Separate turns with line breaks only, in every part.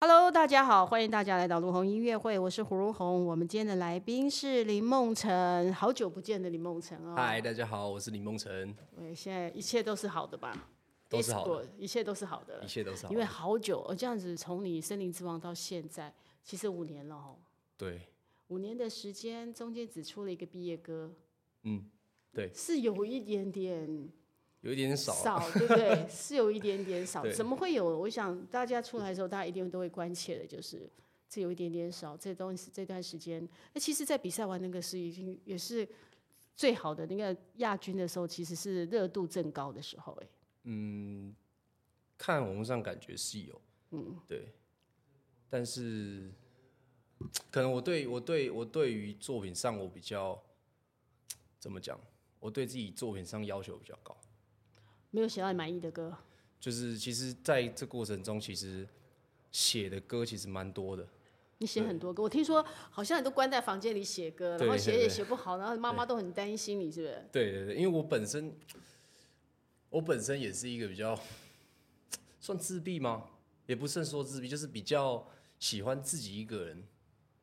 Hello，大家好，欢迎大家来到卢红音乐会，我是胡如红。我们今天的来宾是林梦辰，好久不见的林梦辰哦。
嗨，大家好，我是林梦辰，
对，现在一切都是好的吧？
都是好的
Discord，一切都是好的
一。切都是好
因为
的。
好久，呃，这样子从你《森林之王》到现在，其实五年了哦，
对，
五年的时间，中间只出了一个毕业歌，
嗯，对，
是有一点点
有一点少啊，
少，对不 对？是有一点点少，
对
怎么会有？我想大家出来的时候，大家一定都会关切的，就是这有一点点少，这东西这段时间，那其实，在比赛完那个是已经也是最好的那个亚军的时候，其实是热度正高的时候，哎，
嗯，看网络上感觉是有，嗯，对，但是可能我对我对我对于作品上我比较怎么讲，我对自己作品上要求比较高，
没有写到你满意的歌，
就是其实在这过程中，其实写的歌其实蛮多的，
你写很多歌，我听说好像你都关在房间里写歌，然后
对
写
对
也
对
写不好，然后妈妈都很担心你，是不是？
对对对，因为我本身，我本身也是一个比较 算自闭吗？也不是说自闭，就是比较喜欢自己一个人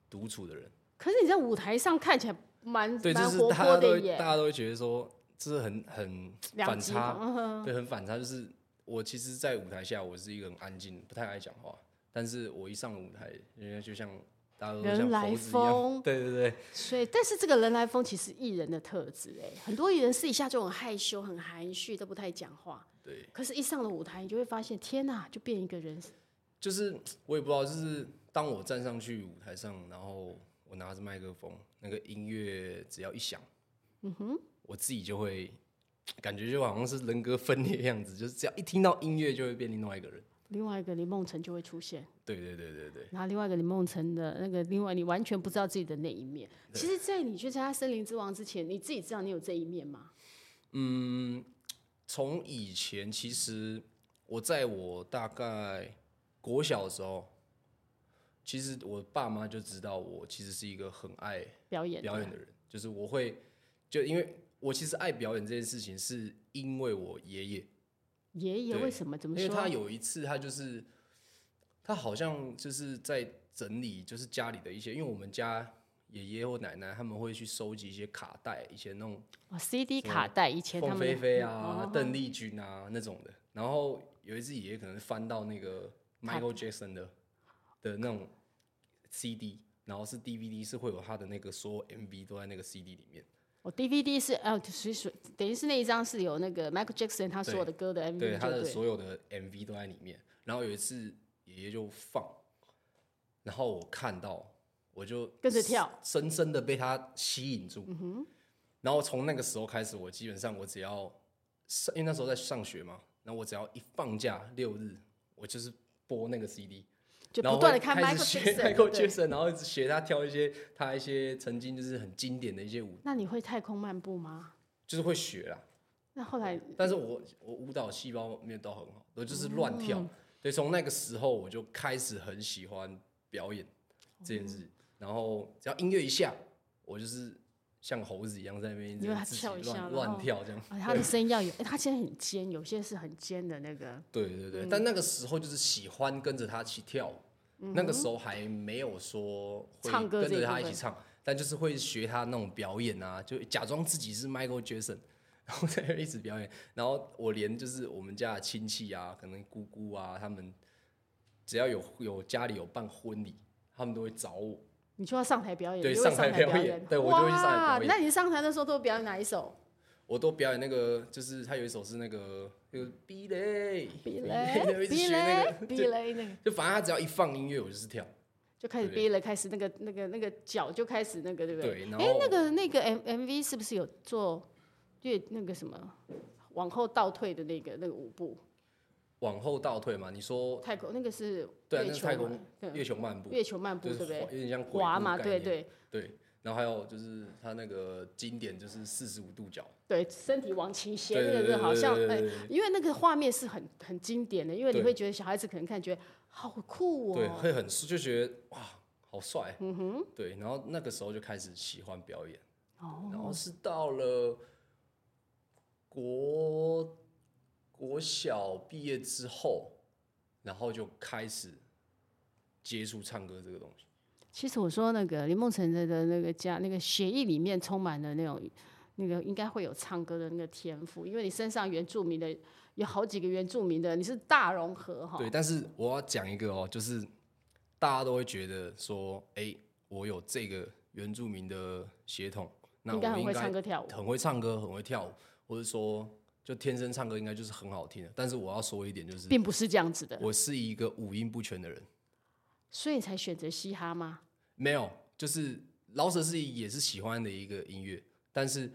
独处的人。
可是你在舞台上看起来蛮
对，就
蛮
是
活
大
泼
家都
的
会大
耶，
家都会觉得说，这是很很
两
反
极
差，
嗯哼
对，很反差。就是我其实，在舞台下我是一个很安静，不太爱讲话，但是我一上舞台，人家就像大家都
人
像
来
猴子一样，
疯
对对对，
所以，但是这个人来疯其实艺人的特质哎，很多艺人私底下就很害羞、很含蓄，都不太讲话。
对。
可是，一上了舞台，你就会发现，天哪，就变一个人。
就是我也不知道，就是当我站上去舞台上，然后我拿着麦克风，那个音乐只要一响，嗯哼，我自己就会感觉就好像是人格分裂的样子，就是只要一听到音乐就会变另外一个人。
另外一个林梦辰就会出现，
对对对对对，
然后另外一个林梦辰的那个，另外你完全不知道自己的那一面。其实，在你去参加《森林之王》之前，你自己知道你有这一面吗？
嗯，从以前其实我在我大概国小的时候，其实我爸妈就知道我其实是一个很爱
表演的
表演的人，就是我会就因为我其实爱表演这件事情，是因为我爷爷，
爷爷
对
为什么？怎
因
么
为
说？啊
他有一次他就是他好像就是在整理就是家里的一些，因为我们家爷爷或奶奶他们会去收集一些卡带，以前那种
哦，CD
什么
卡带以前他
凤
们
飞
的
飞
哦
啊、邓丽君啊那种的，然后有一次爷爷可能翻到那个 Michael Jackson 的的那种 CD。然后是 DVD，是会有他的那个所有 MV 都在那个 CD 里面。
我 DVD 是呃，就是属等于是那一张是有那个 Michael Jackson 他所有的歌的 MV，
对，他
就
的所有的 MV 都在里面。然后有一次爷爷就放，然后我看到，我就
跟着跳，嗯
深深的被他吸引住。然后从那个时候开始，我基本上我只要上，因为那时候在上学嘛，然后我只要一放假六日，我就是播那个 CD。
就
然后
不断的
会
看
开
Michael
始学
Jackson，
Michael
对
Jackson，然后一直学他跳一些他一些曾经就是很经典的一些舞，
那你会太空漫步吗？
就是会学啦。
那后来
但是我我舞蹈细胞没有到很好，我就是
哦
乱跳。对，从那个时候我就开始很喜欢表演这件事，然后只要音乐一下，我就是像猴子一样在那边
因为他
自己
跳一下然
乱
后
乱跳这样。
啊，他的声音要有，哎他现在很尖，有些是很尖的那个，
对对
嗯
对，但那个时候就是喜欢跟着他一起跳舞，那个时候还没有说会
唱歌
跟
这一
着
部
他一起
分
唱，但就是会学他那种表演啊，就假装自己是 Michael Jackson，然后在那边一直表演。然后我连就是我们家的亲戚啊，可能姑姑啊，他们只要有有家里有办婚礼，他们都会找我。
你就要上台表演，
对
你就会
上台
台
表演
演，
对我就会去上台
哇
表演
那你上台的时候都表演哪一首？
我都表演那个，就是他有一首是那个那个 B 嘞
比
就
雷，
一直
比
学那
雷，
个，
比
就
雷，那个
就反正他只要一放音乐，我就是跳。
就开始
对
比雷，开始那个那个那个脚就开始那个，对不对？
对，然后
哎，那个那个 M M V 是不是有做越那个什么往后倒退的那个那个舞步？
往后倒退嘛，你说
太空那个是
对啊
月
那是
球
太
嘛
空
对
月球漫步，
月球漫步，
就
对不
是滑有
对？
点像鬼
滑
步
嘛，
概
对
念
对
对。然后还有就是他那个经典就是四十五度角，
对，身体往前斜，
对
那个
对
是好像
对
哎
对对对，
因为那个画面是很很经典的，因为你
对
会觉得小孩子可能看觉得好酷
对，
哦。
会很帅就觉得哇好帅，嗯哼，对。然后那个时候就开始喜欢表演，
哦，
然后是到了国国小毕业之后，然后就开始接触唱歌这个东西。
其实我说那个林梦辰的的那个家那个协议里面充满了那种那个应该会有唱歌的那个天赋，因为你身上原住民的有好几个原住民的，你是大融合哈。
对，但是我要讲一个哦，就是大家都会觉得说，哎、我有这个原住民的血统，那我
应该很
应
会
该
唱歌跳舞
很会唱歌，很会跳舞，或者说就天生唱歌应该就是很好听的。但是我要说一点，就是
并不是这样子的，
我是一个五音不全的人，
所以才选择嘻哈吗？
没有，就是饶舌是也是喜欢的一个音乐，但是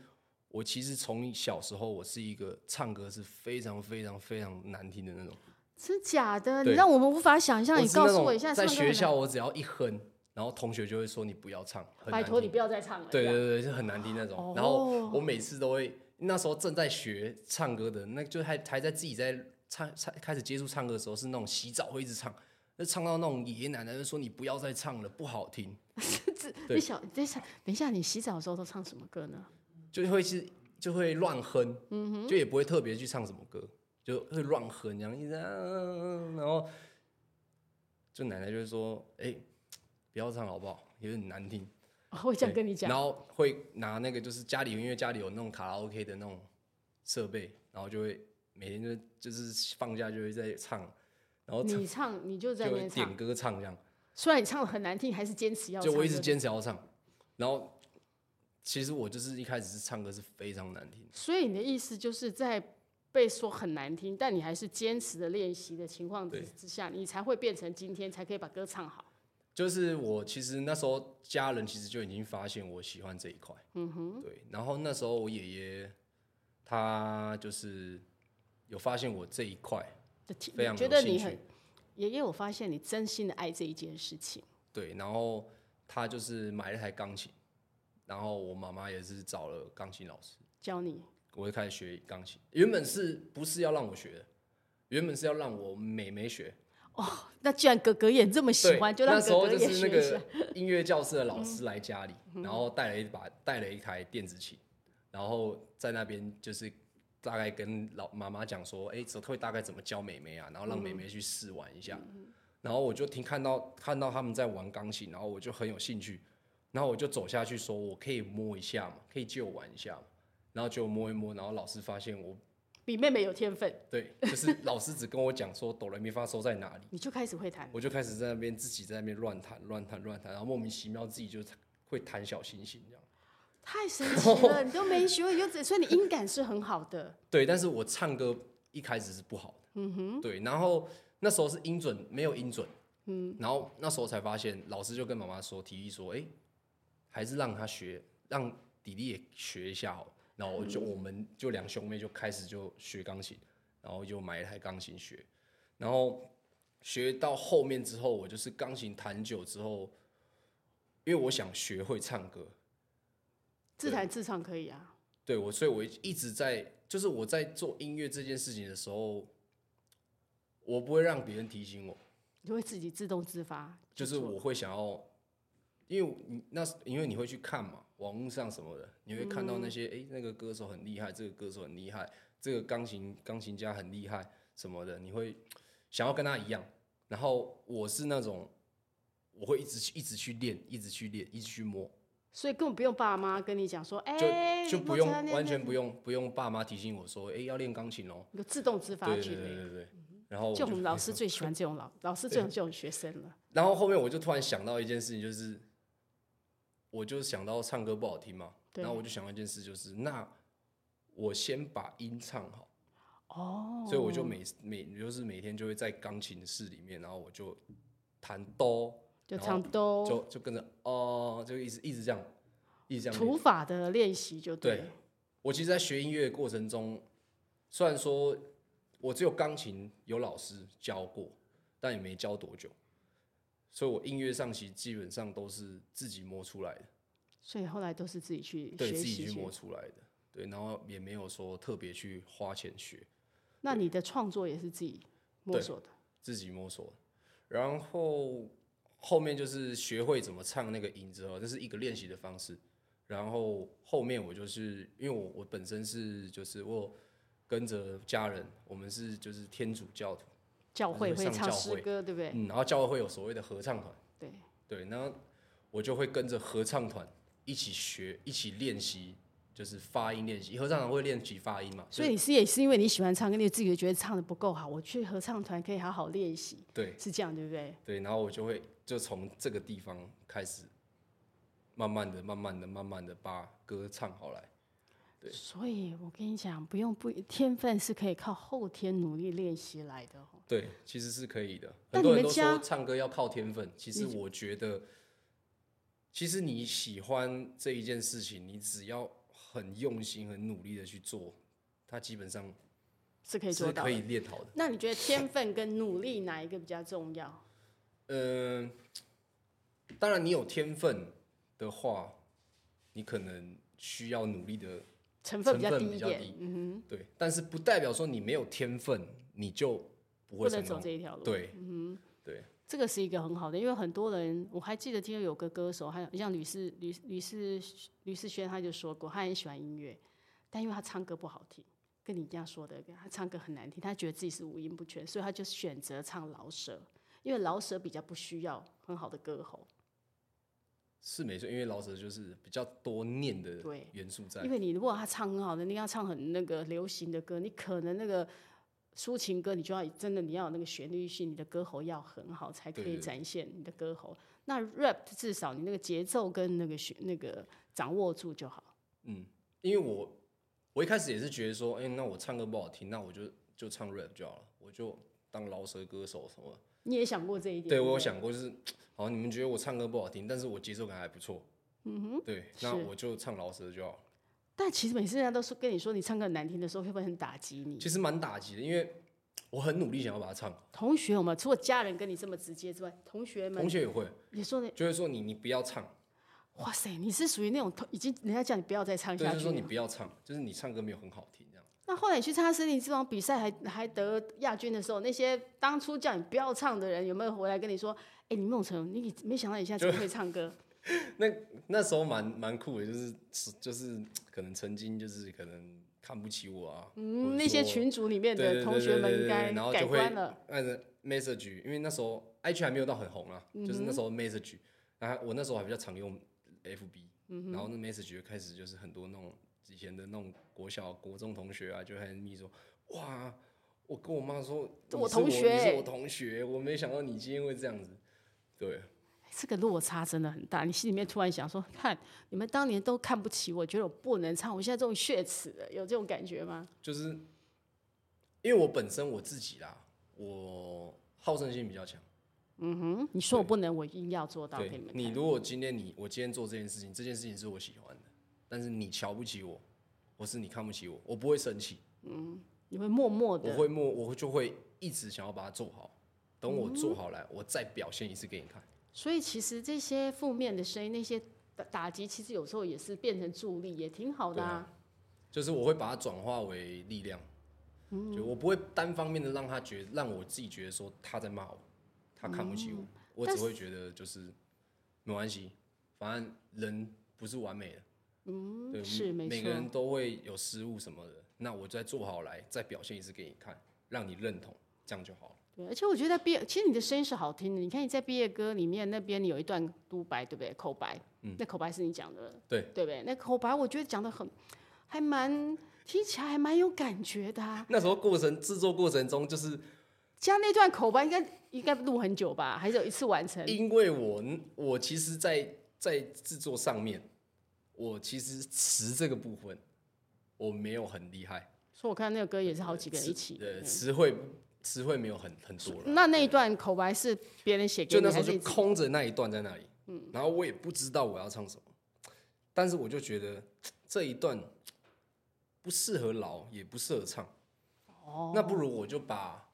我其实从小时候我是一个唱歌是非常非常非常难听的那种。
真假的？你
对
让我们无法想象。
我
你
是
告
那
诉
种
我一下，
在
唱歌
学
很
校我只要一哼，然后同学就会说你不要唱，很
拜
难
托你
听。
不要再唱了。
对
这
对
样，
对，就很难听那种。然
哦
后我每次都会，那时候正在学唱歌的，那就还还在自己在唱唱开始接触唱歌的时候，是那种洗澡会一直唱，那唱到那种爷爷奶奶就说你不要再唱了，不好听， 对
你想，等一下，等一下，你洗澡的时候都唱什么歌呢？
就会是就会乱哼，
嗯
就也不会特别去唱什么歌，就会乱哼，然后一直啊，然后就奶奶就会说，哎、不要唱好不好，有点难听。
哦我想
对
跟你讲
然，后会拿那个就是家里因为家里有那种卡拉 OK 的那种设备，然后就会每天就就是放假就会在唱，然后唱
你唱你就在
就
那
会
边唱
点，歌唱这样，
虽然你唱的很难听，还是坚持要唱
就
歌。
我一直坚持要唱，然后其实我就是一开始是唱歌是非常难听，
所以你的意思就是在被说很难听，但你还是坚持的练习的情况之
对
之下，你才会变成今天，才可以把歌唱好。
就是我其实那时候家人其实就已经发现我喜欢这一块，嗯哼，对。然后那时候我爷爷他就是有发现我这一块，
的体
非常
觉
有
得
兴
你
趣
很，爷爷，我发现你真心的爱这一件事情。
对，然后他就是买了台钢琴，然后我妈妈也是找了钢琴老师，
教你
我就开始学钢琴。原本是不是要让我学的？原本是要让我妹妹学，
哦，那既然哥哥也这么喜
对，
欢，就让
那时
哥
候
哥
就
也
是那
学一下。嗯
个音乐教室的老师来家里，然后带了一把带了一台电子琴，然后在那边就是大概跟老妈妈讲说，哎、怎会大概怎么教妹妹啊，然后让妹妹去试玩一下。
嗯
然后我就听看到看到他们在玩钢琴，然后我就很有兴趣，然后我就走下去说，我可以摸一下嘛，可以借我玩一下嘛。然后就摸一摸，然后老师发现我
比妹妹有天分，
对，就是老师只跟我讲说哆来咪发嗦在哪里。
你就开始会弹。
我就开始在那边自己在那边乱弹乱弹乱弹，然后莫名其妙自己就会弹小星星这样。
太神奇了，你都没学过，你就只所以你音感是很好 的。
对，但是我唱歌一开始是不好的，嗯哼，对，然后那时候是音准没有音准，嗯，然后那时候才发现，老师就跟妈妈说提议说，哎、还是让他学，让弟弟也学一下好了。然后我就、我们就两兄妹就开始就学钢琴，然后就买一台钢琴学，然后学到后面之后，我就是钢琴弹久之后，因为我想学会唱歌，
自弹自唱可以啊，
对我，所以我一直在，就是我在做音乐这件事情的时候，我不会让别人提醒我，
你就会自己自动自发去
就
做。
是我会想要，因为你那是因为你会去看嘛，网络上什么的，你会看到那些哎、诶那个歌手很厉害，这个歌手很厉害，这个钢琴钢琴家很厉害什么的，你会想要跟他一样。然后我是那种，我会一直去一直去练，一直去练，一直去摸，
所以根本不用爸妈跟你讲说，
就
哎、
就
你
不用
参加
完
那
全
个
不用不用爸妈提醒我说，哎、要练钢琴哦。
你就自动自发
对
去
对对
的。
对对。然后我
就我
就，
们老师最喜欢这种老老师这种这种学生 了。
然后后面我就突然想到一件事情，就是我就想到唱歌不好听嘛，
对
然后我就想到一件事，就是那我先把音唱好，
哦，
所以我就每每就是每天就会在钢琴室里面，然后我就弹哆，
就
然后
唱都
就就跟着哦，就一直一直这样，一直这样练。
土法的练习就
对
了
我其实，在学音乐的过程中，虽然说我只有钢琴有老师教过，但也没教多久，所以我音乐上其实基本上都是自己摸出来的，
所以后来都是自己去
对
学
自己
习
去摸
去。
出来的，对，然后也没有说特别去花钱学，
那你的创作也是自己摸
对
索的。
自己摸索。然后后面就是学会怎么唱那个音之后，这是一个练习的方式。然后后面我就是因为我我本身是就是我有跟着家人，我们是就是天主教徒，
教会
我就
会
会上
唱
教
诗
会
歌，对不对？
嗯，然后教会会有所谓的合唱团，
对，
对，然后我就会跟着合唱团一起学，一起练习，就是发音练习。合唱团会练习发音嘛，
所以你是也是因为你喜欢唱歌，你自己觉得唱的不够好，我去合唱团可以好好练习，
对
是这样对不对？
对，然后我就会就从这个地方开始，慢慢的、慢慢的、慢慢的把歌唱好来。对
所以我跟你讲，不用不天分是可以靠后天努力练习来的哦。
对，其实是可以的。
那
很多
你
人
们
都
家
说唱歌要靠天分，其实我觉得，其实你喜欢这一件事情，你只要很用心、很努力的去做，它基本上
是可以做
是
到
可
的。
以练好的。
那你觉得天分跟努力哪一个比较重要？
嗯，当然你有天分的话，你可能需要努力的，
成分比较
成
低
分
一
比较
点
低，
嗯
对。但是不代表说你没有天分，你就
哼，
不会
不
成
能走
功。
这一条路。嗯
对，对，
这个是一个很好的，因为很多人，我还记得听到有个歌手，还有像吕士吕吕士吕士轩，他就说过，他很喜欢音乐，但因为他唱歌不好听，跟你这样说的，他唱歌很难听，他觉得自己是五音不全，所以他就选择唱饶舌，因为饶舌比较不需要很好的歌喉，
是没错，因为老舍就是比较多念的
对
元素在
因。为你如果他唱很好的，你要唱很那个流行的歌，你可能那个抒情歌，你就要真的你要有那个旋律性，你的歌喉要很好，才可
对
以
对对
展现你的歌喉。那 rap 至少你那个节奏跟那个旋那个掌握住就好。
嗯，因为我我一开始也是觉得说，哎、那我唱歌不好听，那我就就唱 rap 就好了，我就当饶舌歌手什么的。
你也想过这一点？
对
不
我有，想过，就是好，你们觉得我唱歌不好听，但是我节奏感还不错。嗯哼，对，那
是
我就唱饶舌就好了。
但其实每次人家都说跟你说你唱歌很难听的时候，会不会很打击你？
其实蛮打击的，因为我很努力想要把它唱好，
同学们，除了家人跟你这么直接之外，同学们
同学也会
也说你，
就会说你你不要唱，
哇塞，你是属于那种已经人家叫你不要再唱
对，
下
就是
去
说你
了。
不要唱，就是你唱歌没有很好听这样。
那后来你去参加森林之王比赛还，还得亚军的时候，那些当初叫你不要唱的人，有没有回来跟你说：“哎、李梦辰，你没想到你现在这么会唱歌
那时候蛮蛮酷的，就是是就是可能曾经就是可能看不起我啊？”，或
嗯，
者
那些
说
群组里面
对
的
对
同
对
学
对
们
对
应该
然后
改
就会
观了。
那个 message，因为那时候 IG 还没有到很红啊，
嗯
就是那时候 message，然后我那时候还比较常用 FB，、然后
嗯
那 message 就开始就是很多那种以前的那种国小、国中同学啊，就很密说，哇，我跟我妈说，
这
你
我
是
同
我
学
你
欸
是我同学，我没想到你今天会这样子，对，
这个落差真的很大，你心里面突然想说：“看，你们当年都看不起我，觉得我不能唱，我现在这种血耻了，有这种感觉吗
就是因为我本身我自己啦，我好胜心比较强。？”
嗯，你说我不能，我硬要做到给
对
你们
你
看。
如果今天你我今天做这件事情，这件事情是我喜欢的，但是你瞧不起我，或是你看不起我，我不会生气，
你会默默
我
的，
会默，我就会一直想要把它做好。等我做好来，我再表现一次给你看。
所以其实这些负面的声音，那些打打击，其实有时候也是变成助力，也挺好的
对
啊
啊。就是我会把它转化为力量，
嗯
就我不会单方面的让他觉让我自己觉得说他在骂我，他看不
哦
起我，我只会觉得就是没关系，反正人不是完美的，对，
嗯，是没
每
错
个。人都会有失误什么的，那我再做好来，再表现一次给你看，让你认同，这样就好了。
对，而且我觉得在毕业，其实你的声音是好听的。你看你在毕业歌里面那边，你有一段独白，对不对？口白，
嗯
那口白是你讲的，
对
对不对？那口白我觉得讲的很，还蛮听起来还蛮有感觉的啊。
那时候过程制作过程中，就是
加那段口白应该应该录很久吧？还是有一次完成？
因为我我其实在，在制作上面，我其实词这个部分我没有很厉害，
所以我看那个歌也是好几个人一起。嗯
呃，词汇词汇没有很很多了，
那那一段口白是别人写给
就
你，
那时
还
候
是嗯
就
你自己
空着那一段在那里，然后我也不知道我要唱什么，但是我就觉得这一段不适合老，也不适合唱。
哦，
那不如我就把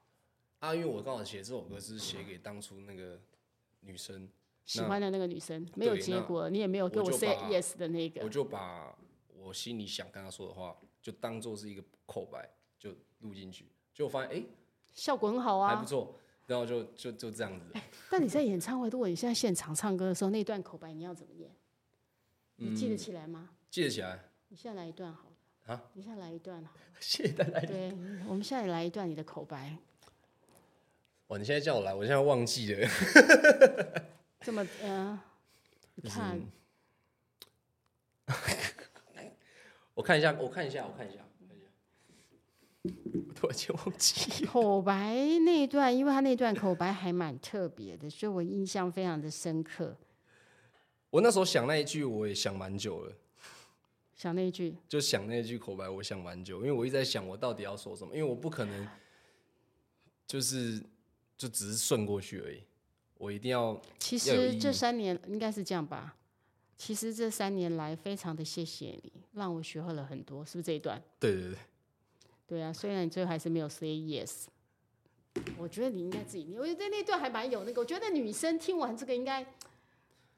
啊，因为我刚好写这首歌是写给当初那个女生，
喜欢的那个女生没有
对
结
那
果，你也没有跟
我
我
就
say
把
yes 的那个
我。就把我心里想跟她说的话，就当做是一个口白，就录进去，就发现哎、诶
效果很好
还
啊
不。错，然后就就就这样子，
但你在演唱会，如果你现在现场唱歌的时候，那段口白你要怎么演？你记得起来吗？
记得起来。
你现在来一段好了。
嗯啊？
你现在来一段好了。
谢谢大家。
对，我们现在来一段你的口白。
哇，你现在叫我来，我现在忘记了。
这么呃，你看，
我看一下，我看一下，我看一下，我看一下我突然间忘记。
口白那一段，因为他那段口白还蛮特别的，所以我印象非常的深刻。
我那时候想那一句，我也想蛮久了，
想那一句，
就想那一句口白，我想蛮久，因为我一直在想我到底要说什么，因为我不可能就是就只是顺过去而已，我一定要
其
要有
实
意
这
义
三年应该是这样吧。其实这三年来，非常的谢谢你，让我学会了很多，是不是这一段？
对对对，
对啊，虽然你最后还是没有 say yes，我觉得你应该自己念。我觉得那段还蛮有那个，我觉得女生听完这个应该，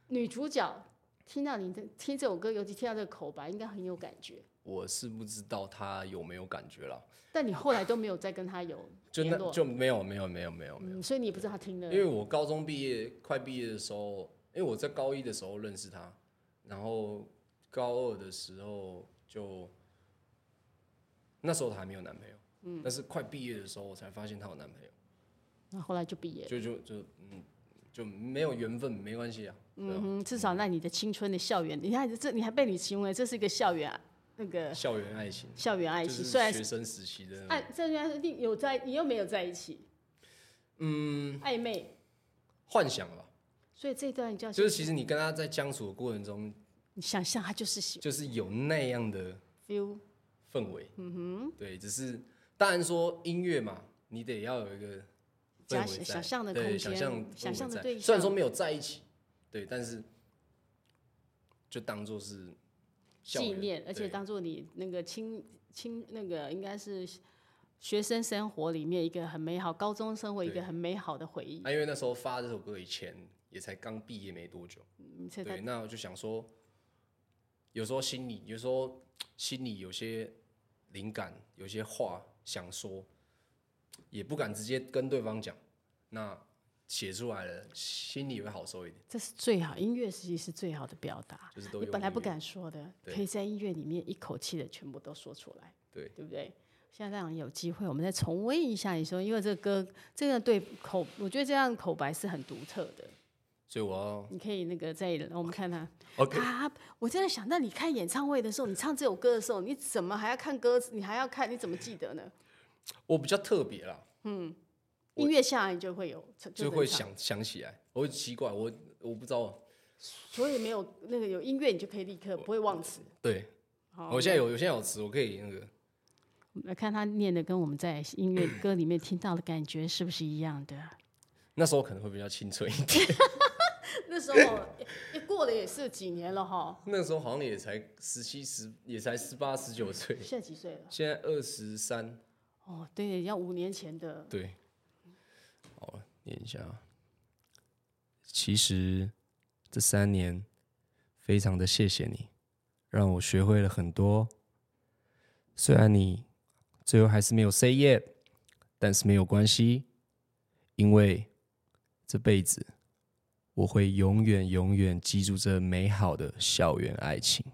女主角听到你的听这首歌，尤其听到这个口白，应该很有感觉。
我是不知道他有没有感觉了，
但你后来都没有再跟他有
就
联
那
络，
就没有没有没有没有没有，
嗯，所以你也不知道他听了
因。为我高中毕业快毕业的时候，因为我在高一的时候认识他，然后高二的时候就那时候她还没有男朋友，嗯，但是快毕业的时候我才发现她有男朋友。
那后来就毕业了。
就就就嗯，就没有缘分没关系啊。
嗯哼，至少那你的青春的校园，你看这你还被你形容为这是一个校园啊那个
校园爱情，
校园 爱
就
情，
是
虽然哎啊
学生时期的那
爱
种，
这段一定有在，你又没有在一起，
嗯，
暧昧，
幻想吧。
所以这段叫
就是其实你跟他在相处的过程中，
你想象他就是喜
就是有那样的
feel，
氛围。嗯哼，对，只是当然说音乐嘛，你得要有一个
假
氛围在
想象的
对
空
想
间
象
想
氛围
象的
在
对
虽然
象
说没有在一起，对，但是就当做是校
纪
园
念，而且
对
当做你那个青青那个应该是学生生活里面一个很美好，高中生活一个
对
很美好的回忆。
啊，因为那时候发这首歌以前也才刚毕业没多久。
嗯，所以他
对，那我就想说，有时候心里，有时候心里有些灵感，有些话想说，也不敢直接跟对方讲，那写出来了，心里会好受一点，
这是最好，音乐其实是最好的表达。
就是都
你
有
本来不敢说的，
对
可以在音乐里面一口气的全部都说出来，
对，
对不对？现在让你有机会，我们再重温一下你说，因为这个歌这样对口，我觉得这样口白是很独特的。
所以我要
你可以那个再让我们看他。
哦 OK，
他，我真的想，那你看演唱会的时候，你唱这首歌的时候，你怎么还要看歌词？你还要看，你怎么记得呢？
我比较特别啦，
音乐下来你就会有，就
就
能
会
唱，
想想起来，我很奇怪，我我不知道，
所以没有那个有音乐，你就可以立刻不会忘词。
对
好，
我现在有，我现在有词，我可以那个，
我们来看他念的跟我们在音乐歌里面听到的感觉是不是一 样的？
那时候可能会比较清脆一点，
那时候也过了也是几年了哈，
那时候好像也才十七十，也才十八十九岁，
现在几岁了？
现在二十三。
哦，对，要五年前的。
对，好了，念一下啊。其实这三年非常的谢谢你，让我学会了很多。虽然你最后还是没有 say yet，但是没有关系，因为这辈子我会永远永远记住这美好的校园爱情。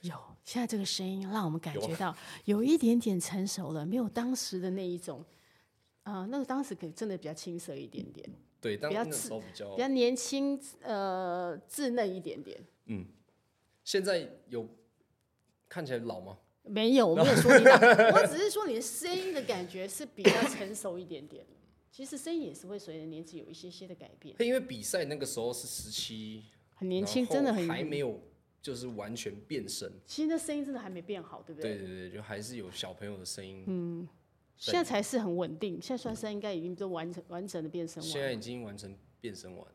有，现在这个声音让我们感
有
觉到有一点点成熟了，没有当时的那一种，呃，那个当时可能真的比较青涩一点点，
对，但
比较
那
自
时候比较
比较年轻，呃，稚嫩一点点。
现在有看起来老吗？
没有，我 没有说你老，我只是说你的声音的感觉是比较成熟一点点。其实声音也是会随着年纪有一些些的改变，
因为比赛那个时候是十七，
很年轻，真的很
还没有就是完全变声。
其实那声音真的还没变好，对不
对对对，就还是有小朋友的声
嗯
音。
现在才是很稳定，现在算声应该已经都完成完整的变声完了
现。在已经完成变声完，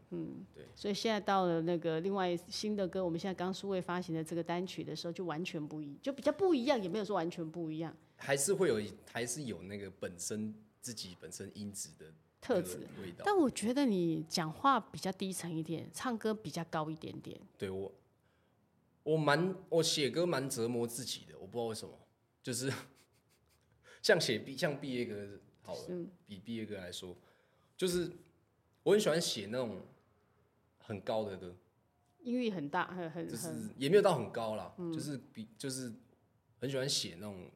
所以现在到了那个另外新的歌，我们现在刚苏卫发行的这个单曲的时候，就完全不一，就比较不一样，也没有说完全不一样
还是会有还是有那个本身自己本身音质的
特
那个
质。
味道。
但我觉得你讲话比较低沉一点，唱歌比较高一点点。
对我，我蛮我写歌蛮折磨自己的，我不知道为什么，就是 像写毕像毕业歌好了，比毕业歌来说，就是我很喜欢写那种很高的歌，
音域很大，很很
就是
很
也没有到很高啦，就是比就是很喜欢写那种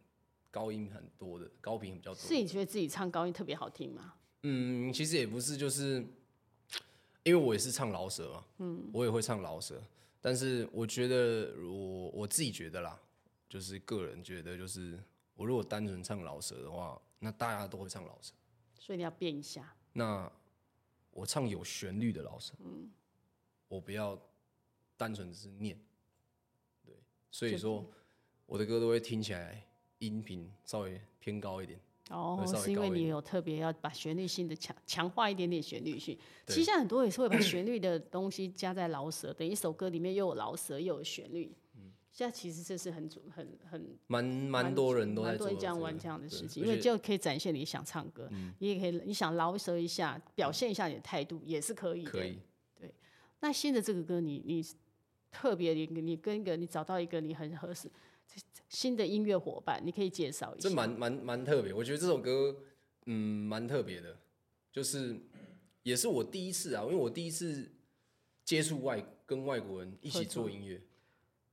高音很多的，高频比较多。
是你觉得自己唱高音特别好听吗？
嗯，其实也不是，就是因为我也是唱老舍嘛，嗯，我也会唱老舍，但是我觉得我我自己觉得啦，就是个人觉得，就是我如果单纯唱老舍的话，那大家都会唱老舍，
所以你要变一下。
那我唱有旋律的老舍，嗯，我不要单纯只是念，对，所以说我的歌都会听起来音频稍微偏高一点。
哦
会，稍微
是因为
高一
你
点
有特别要把旋律性的强强化一点点旋律性。其实现在很多也是会把旋律的东西加在饶舌，等于一首歌里面又有饶舌又有旋律。
嗯
现在其实这是很主很很
蛮蛮多人都在
蛮多
做
人这样
个
玩这样的事情，因
对
为
而且
就可以展现你想唱歌，你也可以你想饶舌一下，表现一下你的态度也是可以的。
可以。
那新的这个歌你，你特别你你跟一个你找到一个你很合适这这新的音乐伙伴，你可以介绍一下。
这蛮蛮蛮特别，我觉得这首歌，嗯，蛮特别的，就是也是我第一次啊，因为我第一次接触外跟外国人一起做音乐，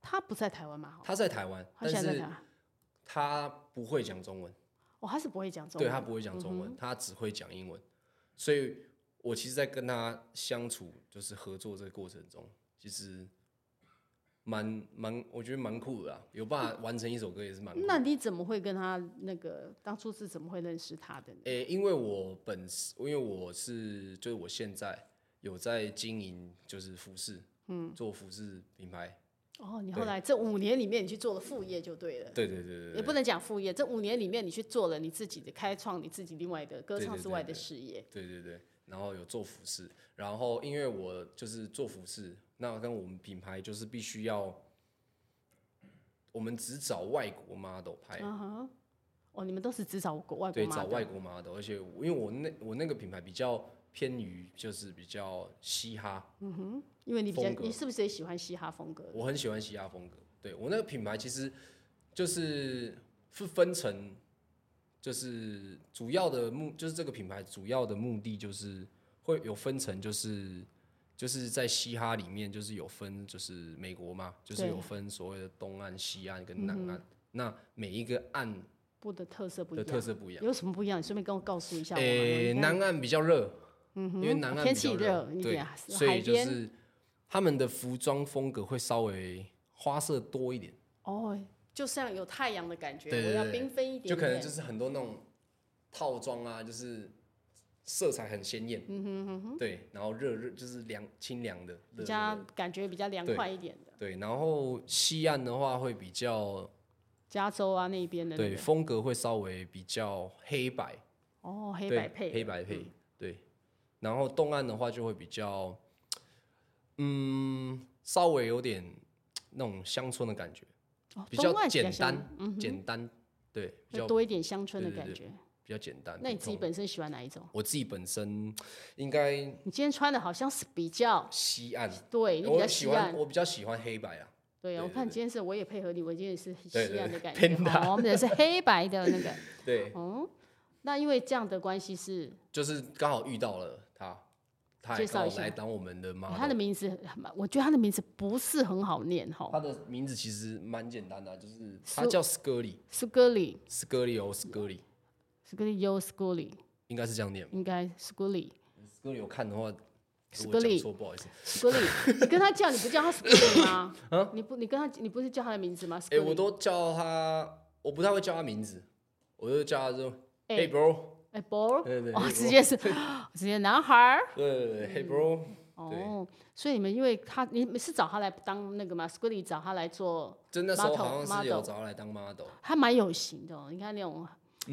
他不在台湾嘛？哦
他在台湾，
他
但
现在在
是
哪？
他不会讲中文，
哦，他是不会讲中
对
文。嗯
他不会讲中文，他只会讲英文，所以我其实，在跟他相处就是合作这个过程中，其实蛮蛮，我觉得蛮酷的啊，有办法完成一首歌也是蛮酷的。
那你怎么会跟他那个当初是怎么会认识他的呢？
诶、因为我本是，因为我是，就是我现在有在经营，就是服饰，嗯，做服饰品牌，
哦，你后来这五年里面你去做了副业就对了，
对对对对
也
对，
不能讲副业，这五年里面你去做了你自己的开创，你自己另外的歌
对
唱
对
之
对
外的
对
事业。
对对对，然后有做服饰，然后因为我就是做服饰，那跟我们品牌就是必须要，我们只找外国 model 拍，
嗯哼，哦，你们都是只找国外国
哎对，
妈
找
的。
外国 model，而且我因为我那我那个品牌比较偏于就是比较嘻哈，
因为你比较，
风格
你是不是也喜欢嘻哈风格？
我很喜欢嘻哈风格。对我那个品牌其实就是是分成，就是主要的目就是这个品牌主要的目的就是会有分成，就是就是在嘻哈里面就是有分就是美国嘛，就是
对
有分所谓的东岸、西岸跟南
嗯
岸。那每一个岸
不的特色不一
的
样，
特色不一样。
有什么不一样？你顺便跟我告诉一下我嗯嘛。
诶、
你看
南岸比较热，因为南岸
嗯天
比较
气热你
对
讲，是
所
海
以就
边
是他们的服装风格会稍微花色多一点。
哦，就像有太阳的感觉，
对对
我要
对
缤纷一点点。
就可能就是很多那种套装啊，就是色彩很鲜艳，嗯哼哼对，然后热热就是凉清凉的，热
比
热
较
的
感觉比较凉
对
快一点的，
对，然后西岸的话会比较
加州啊那边的、那
对
个。
风格会稍微比较黑白，
哦，黑
对
白配，嗯
黑白配，对，然后东岸的话就会比较，嗯，稍微有点那种乡村的感觉，
哦
比
东
较
岸
简
像嗯
单，简单，对，比
会
较
多一点乡村的
对对
感
对
觉。
比较简单。
那你
普
自己
通
本身喜欢哪一种？
我自己本身应该
你今天穿的好像是比较，
西岸，
对你比
我
较
喜
西
欢
岸。
我比较喜欢黑白啊，
对啊，我
对
看今天是我也配合你，我今天也是
对
西
对
岸的
对
感觉。哦
偏大
好，我们也是黑白的那个。
对，
哦，那因为这样的关系是，
就是刚好遇到了他，他
介
也
绍
刚
一
好
下
来当我们的
他
model。
的名字，我觉得他的名字不是很好念哈。
他的名字其实蛮简单的啊，就是他
苏
叫 Scully，Scully
斯格里，
哦，Scully
斯格里尤斯格里，
应该是这样念吧。
应该斯格里，
Scully 有看的话，如果讲
Scully
错不好意思。
斯格里。你跟他叫，你不叫他斯格里 吗？你不，你跟他，你不是叫他的名字吗？斯
哎，
格
啊我
里。
都叫他，我不太会叫他名字，我就叫他说
哎
Hey bro，
哎，boy，
对对
哦，
，Hey
直接是直接男孩儿。
对对对，Hey bro，
哦，所以你们因为他，你们是找他来当那个吗 s c o t t y 找他来做，
就那时候
Model，
好像是有
model
找他来当 model，
他蛮有型的、哦，你看那种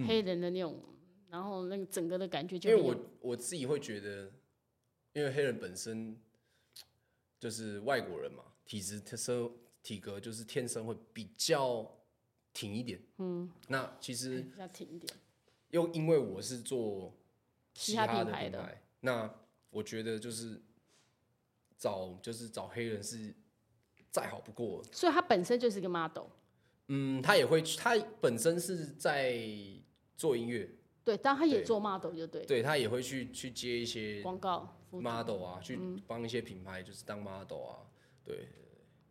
黑人的那种，然后那个整个的感觉就
嗯因为
很有
我我自己会觉得，因为黑人本身就是外国人嘛，体质、特色、体格就是天生会比较挺一点。嗯，那其实
比较挺一点，
又因为我是做
嘻
嘻
哈
哈
品
的
牌
品
的
牌，那我觉得就是找就是找黑人是再好不过了。
所以他本身就是一个 model，
嗯，他也会去，他本身是在做音乐，
对，但他也
对
做 model 就对，
对他也会去去接一些
广告服
model 啊，去
嗯
帮一些品牌就是当 model 啊，对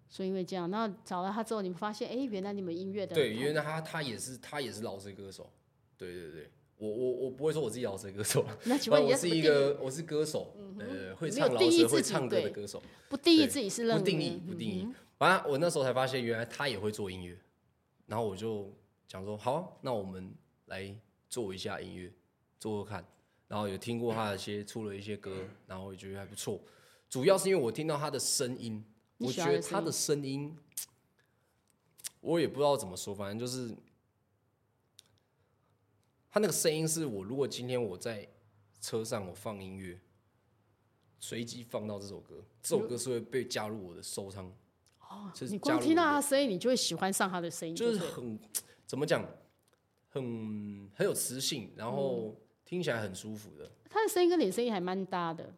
所以因为这样，那找了他之后，你们发现，哎，原来你们音乐的
对，因为他他也是他也是饶舌歌手，对对对，我我我不会说我自己饶舌歌手了，
那请
但
问你
我
要怎
是
么
一
定义？嗯
个我是歌手，呃，会
没
唱
有
饶
定义
舌
自
会
己
唱歌的
对
歌手，
不定义
对
自己是嗯认
不
为
定义不定义。反正我那时候才发现，原来他也会做音乐，然后我就想说，好啊、那我们来做一下音乐，做做看。然后有听过他的一些出了一些歌，然后我觉得还不错。主要是因为我听到他的声音，
你
我
喜
觉
欢
得
的
他的声音，我也不知道怎么说，反正就是他那个声音是我如果今天我在车上我放音乐，随机放到这首歌，这首歌是会被加入我的收藏。哦就是
你
加
光
入我
听到
的
他声音，你就会喜欢上他的声音，
就是
对了
很怎么讲，很很有磁性，然
嗯
后听起来很舒服的。
他的声音跟你的声音还蛮搭的，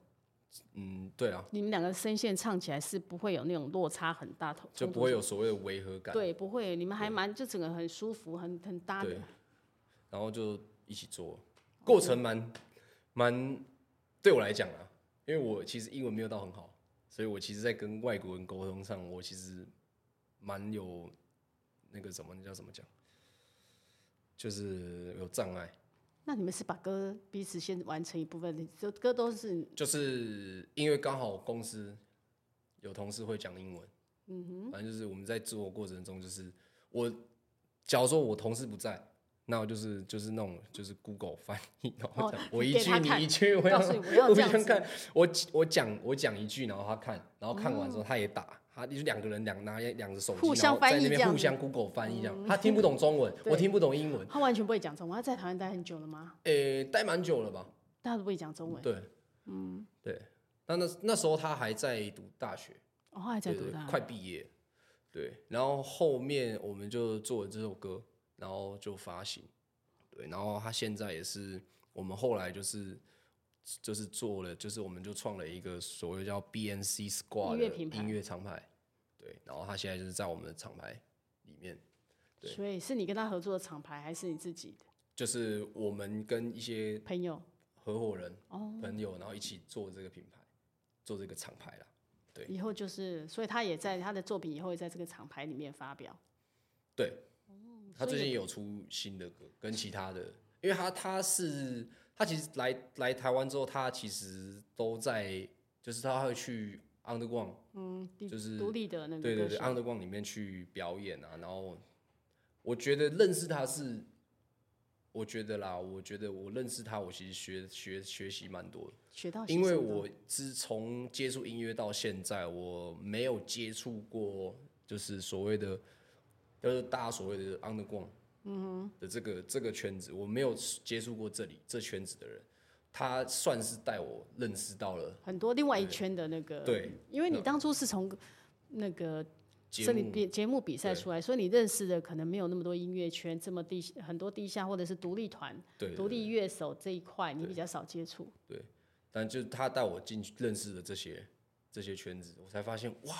嗯，对啊，
你们两个声线唱起来是不会有那种落差很大，
就不
会
会有所谓的违和感。
对，不会，你们还蛮就整个很舒服，很很搭的
对。，然后就一起做，过程蛮蛮对我来讲啊，因为我其实英文没有到很好，所以我其实，在跟外国人沟通上，我其实蛮有那个什么，那叫什么讲，就是有障碍，
那你们是把歌彼此先完成一部分，就歌都是
就是因为刚好公司有同事会讲英文，嗯哼，反正就是我们在做的过程中，就是我假如说我同事不在。那我就是就是那种就是 Google 翻译，然后
哦
讲我一
给
句
他
你
看
一句，我
告
要
诉你我要这样
想
子
看，我我讲我讲一句，然后他看，然后看完之后他也打，他就是两个人两拿两个手机，
哦互相
然后在
翻译这
那边
样
互
子嗯
相 Google 翻译这样，他听不懂 中文，我听不懂英文，
他完全不会讲中文，他在台湾待很久了吗？
诶，待蛮久了吧？
大家都不会讲中文，
对，嗯，对。那那那时候他还在读大学，
哦，他还在
对
读
对
大，
快毕业。对，然后后面我们就做了这首歌，然后就发行。对，然后他现在也是我们后来就是就是做了，就是我们就创了一个所谓叫 BNC Squad
音
的
乐品牌
音乐厂牌。对，然后他现在就是在我们的厂牌里面，对
所以是你跟他合作的厂牌，还是你自己的
就是我们跟一些
朋友？
合伙人、
哦
朋友，然后一起做这个品牌，做这个厂牌啦。对
以后就是，所以他也在他的作品以后也在这个厂牌里面发表。
对，他
哦所
最
以
近也有出新的歌，跟其他的，因为他他是他其实来来台湾之后，他其实都在，就是他会去 underground，
嗯，独
就是
独立的那个
对对
嗯歌
对啊
手，
，underground 里面去表演啊。然后我觉得认识他是，我觉得啦，我觉得我认识他，我其实学学学习蛮多的。
学到些
因为
什么
我自从接触音乐到现在，我没有接触过就是所谓的，就是大家所谓的 underground，嗯的这个这个圈子，我没有接触过这里这圈子的人，他算是带我认识到了
很多另外一圈的那个，
对，
因为你当初是从那个
节
森林
目，
比节目比赛
对
出来，所以你认识的可能没有那么多音乐圈这么地很多地下或者是独立团、
对，
独立乐手这一块，你比较少接触。
但就是他带我进去认识了这些这些圈子，我才发现哇，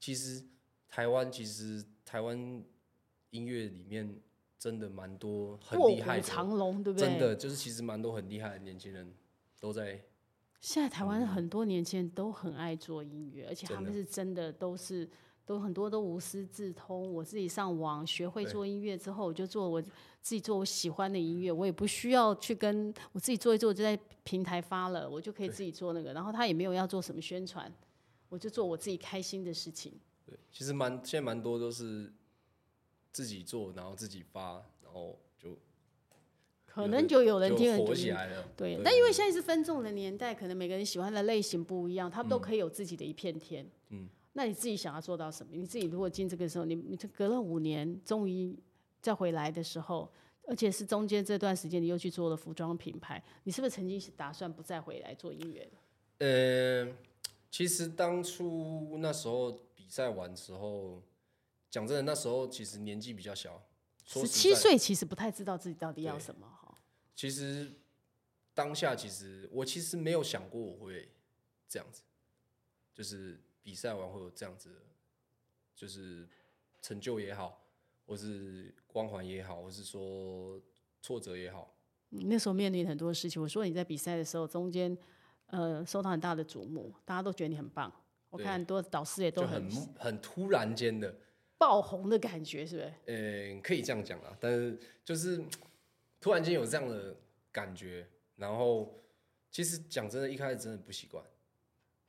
其实台湾其实台湾音乐里面真的蛮多很
卧
厉害
虎
的。
藏龙，对不对？
真的就是其实蛮多很厉害的年轻人都在
现在台湾很多年轻人都很爱做音乐，而且他们是真的都是都很多都无师自通。我自己上网学会做音乐之后，我就做我自己做我喜欢的音乐，我也不需要去跟我自己做一做，就在平台发了，我就可以自己做那个。然后他也没有要做什么宣传，我就做我自己开心的事情。
对，其实蛮现在蛮多都是自己做，然后自己发，然后就
可能就有人
就
听，很
火
多
起
人
来了。
对，但因为现在是分众的年代，可能每个人喜欢的类型不一样，他
嗯
们都可以有自己的一片天。嗯，那你自己想要做到什么？你自己如果进这个时候，你你这隔了五年，终于再回来的时候，而且是中间这段时间你又去做了服装品牌，你是不是曾经是打算不再回来做音乐了？
呃，其实当初那时候比赛完之后，讲真的，那时候其实年纪比较小，说
十
实
七
在，
岁其实不太知道自己到底要什么哈。
其实当下其实我其实没有想过我会这样子，就是比赛完会有这样子的，就是成就也好，或是光环也好，或是说挫折也好，
你嗯那时候面临很多事情，我说你在比赛的时候中间，呃，受到很大的瞩目，大家都觉得你很棒。我看很多导师也都
就
很
很很突然间的，
爆红的感觉，是不是？
呃，可以这样讲啦，但是就是突然间有这样的感觉，然后其实讲真的，一开始真的不习惯，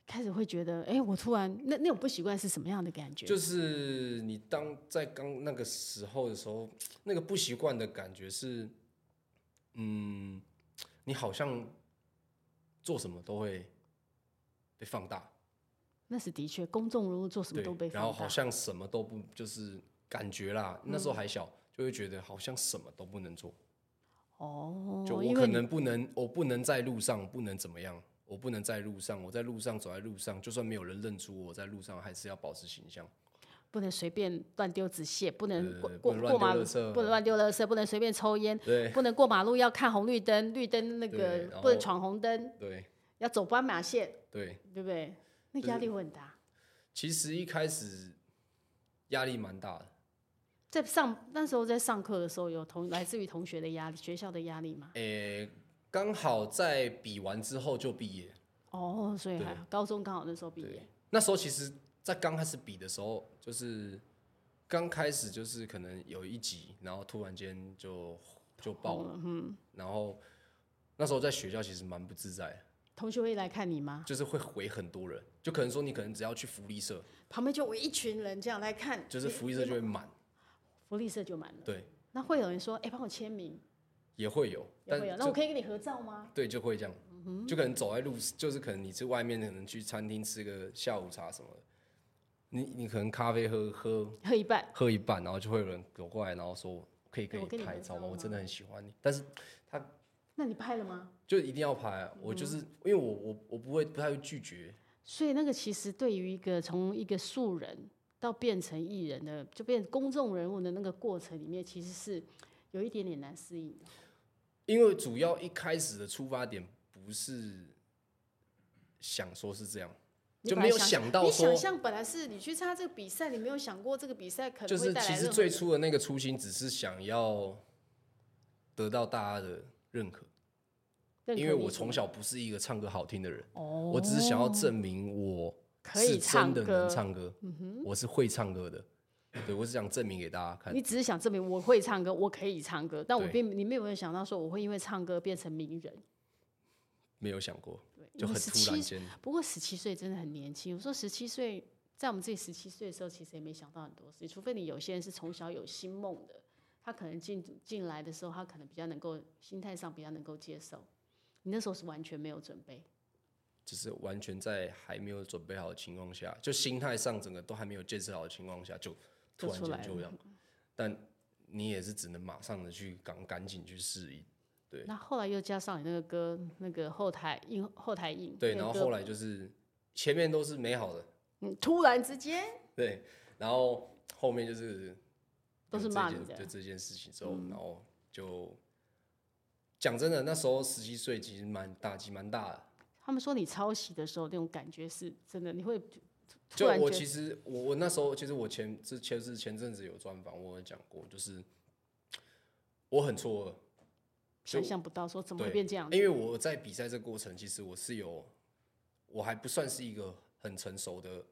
开始会觉得，哎、我突然那那种不习惯是什么样的感觉？
就是你当在刚那个时候的时候，那个不习惯的感觉是，嗯，你好像做什么都会被放大，
那是的确，公众人物做什么
对，
都被
然后
放
好
大，嗯
像什么都不，就是感觉啦，那时候还小，就会觉得好像什么都不能做，
哦，
就我
因
可
为你
能不能，我不能在路上，不能怎么样，我不能在路上，我在路上走在路上，就算没有人认出我，我在路上还是要保持形象。
不能随便乱丢纸屑，不能
对
过
对
过
不能
过
乱
马
丢
路
垃，圾
不能乱丢垃圾，不能随便抽烟，
对
不能过马路要看红绿灯，绿灯那
对
个
然
不能
后
闯红灯，
对
要走斑马线，
对，
对不对？那
就
压
是
力会很大。
其实一开始压力蛮大的，
在上那时候在上课的时候，有同来自于同学的压力，学校的压力嘛。
诶、刚好在比完之后就毕业，
哦，所以
对
还好高中刚好那时候毕业
对，，那时候其实，在刚开始比的时候，就是刚开始就是可能有一集，然后突然间就就爆
红
了，
了嗯，
然后那时候在学校其实蛮不自在的，
同学会来看你吗？
就是会回很多人，就可能说你可能只要去福利社，
旁边就围一群人这样来看，
就是
你
福利社就会满，
福利社就满了。
对，
那会有人说：“哎、帮我签名。
也会有”，
也
但
会有。那
就
我可以跟你合照吗？
对，就会这样，
嗯
就可能走在路，就是可能你去外面，可能去餐厅吃个下午茶什么的，你你可能咖啡喝喝
喝一半，
喝一半，然后就会有人走过来，然后说可以跟
我
你
跟你
拍
合照
照吗？我
吗
真的很喜欢你，但是
那你拍了吗？
就一定要拍
嗯
啊。我就是因为我我我不会不太会拒绝，
所以那个其实对于一个从一个素人到变成艺人的，就变公众人物的那个过程里面，其实是有一点点难适应的。
因为主要一开始的出发点不是想说是这样，
你
就
本来
没有想到
你
说
想，象本来是你去参加这个比赛，你没有想过这个比赛可
就
能会
是
带
其
来
实
任何
最初的那个初心只是想要得到大家的认可。
任何
因为
你
我从小不是一个唱歌好听的人，
哦，
我只是想要证明我
可以
是
唱
真的
歌嗯
能，唱歌，我是会唱歌的。对，我是想证明给大家看
你。只是想证明我会唱歌，我可以唱歌，但我
对
并你没有想到说我会因为唱歌变成名人。
没有想过，
对
就
你
很
十
突然
七，
间，
不过十七岁真的很年轻。我说十七岁，在我们自己十七岁的时候，其实也没想到很多事，除非你有些人是从小有心梦的，他可能进进来的时候，他可能比较能够心态上比较能够接受。你那时候是完全没有准备，
就是完全在还没有准备好的情况下，就心态上整个都还没有建设好的情况下，就
就
突然
出来
间就这样。但你也是只能马上的去赶赶紧去适应，对
那后来又加上你那个歌，那个后台硬后台硬，
对。
那个
然后
歌
后来就是前面都是美好的，
嗯，突然之间
对，然后后面就是
都
有
是
这
骂
件
你的嗯
就这件事情之后，然后就讲真的，那时候十七岁其实蛮打击蛮大的。
他们说你抄袭的时候，那种感觉是真的，你会突突
就
然
我
觉
其实我我那时候其实我前之前是前阵子有专访，我有讲过，就是我很错
想象不到，说怎么会
对
变这样
愕，因为我在比赛这过程，其实我是有我还不算是一个很成熟的